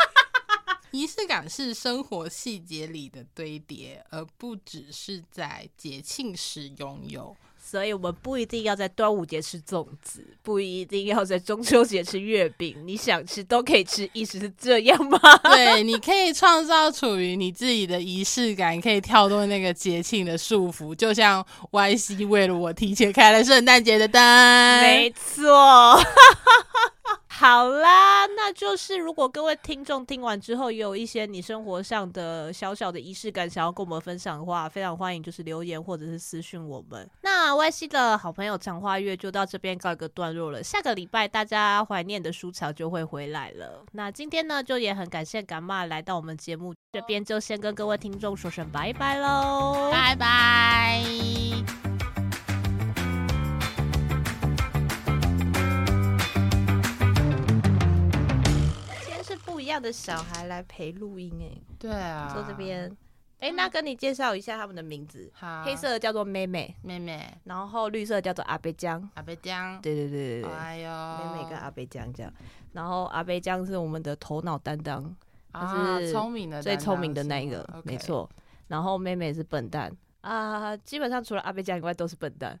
[SPEAKER 4] 仪式感是生活细节里的堆叠，而不只是在节庆时拥有。
[SPEAKER 3] 所以我们不一定要在端午节吃粽子，不一定要在中秋节吃月饼，你想吃都可以吃，意思是这样吗？
[SPEAKER 4] 对，你可以创造属于你自己的仪式感，你可以跳脱那个节庆的束缚，就像 Y C 为了我提前开了圣诞节的灯。
[SPEAKER 3] 没错。 好啦，那就是如果各位听众听完之后，也有一些你生活上的小小的仪式感想要跟我们分享的话，非常欢迎就是留言或者是私讯我们。那 Y C 的好朋友长花月就到这边告一个段落了，下个礼拜大家怀念的书潮就会回来了。那今天呢，就也很感谢干妈来到我们节目这边，就先跟各位听众说声拜拜喽，
[SPEAKER 4] 拜拜。
[SPEAKER 2] 今天是不一样的小孩来陪录音哎，
[SPEAKER 4] 对啊，嗯
[SPEAKER 2] 坐这边。哎，那跟你介绍一下他们的名字，
[SPEAKER 4] 好，
[SPEAKER 2] 黑色的叫做妹妹，
[SPEAKER 4] 妹妹
[SPEAKER 2] 然后绿色的叫做阿贝江。
[SPEAKER 4] 阿贝江，
[SPEAKER 2] 对对对对对，
[SPEAKER 4] 哎呦，
[SPEAKER 2] 妹妹跟阿贝江这样。然后阿贝江是我们的头脑担当，
[SPEAKER 4] 啊
[SPEAKER 2] 就是
[SPEAKER 4] 聪明的
[SPEAKER 2] 最
[SPEAKER 4] 担当
[SPEAKER 2] 聪明的那一个
[SPEAKER 4] 是吗，
[SPEAKER 2] 没
[SPEAKER 4] OK
[SPEAKER 2] 错。然后妹妹是笨蛋啊，基本上除了阿贝江以外都是笨蛋。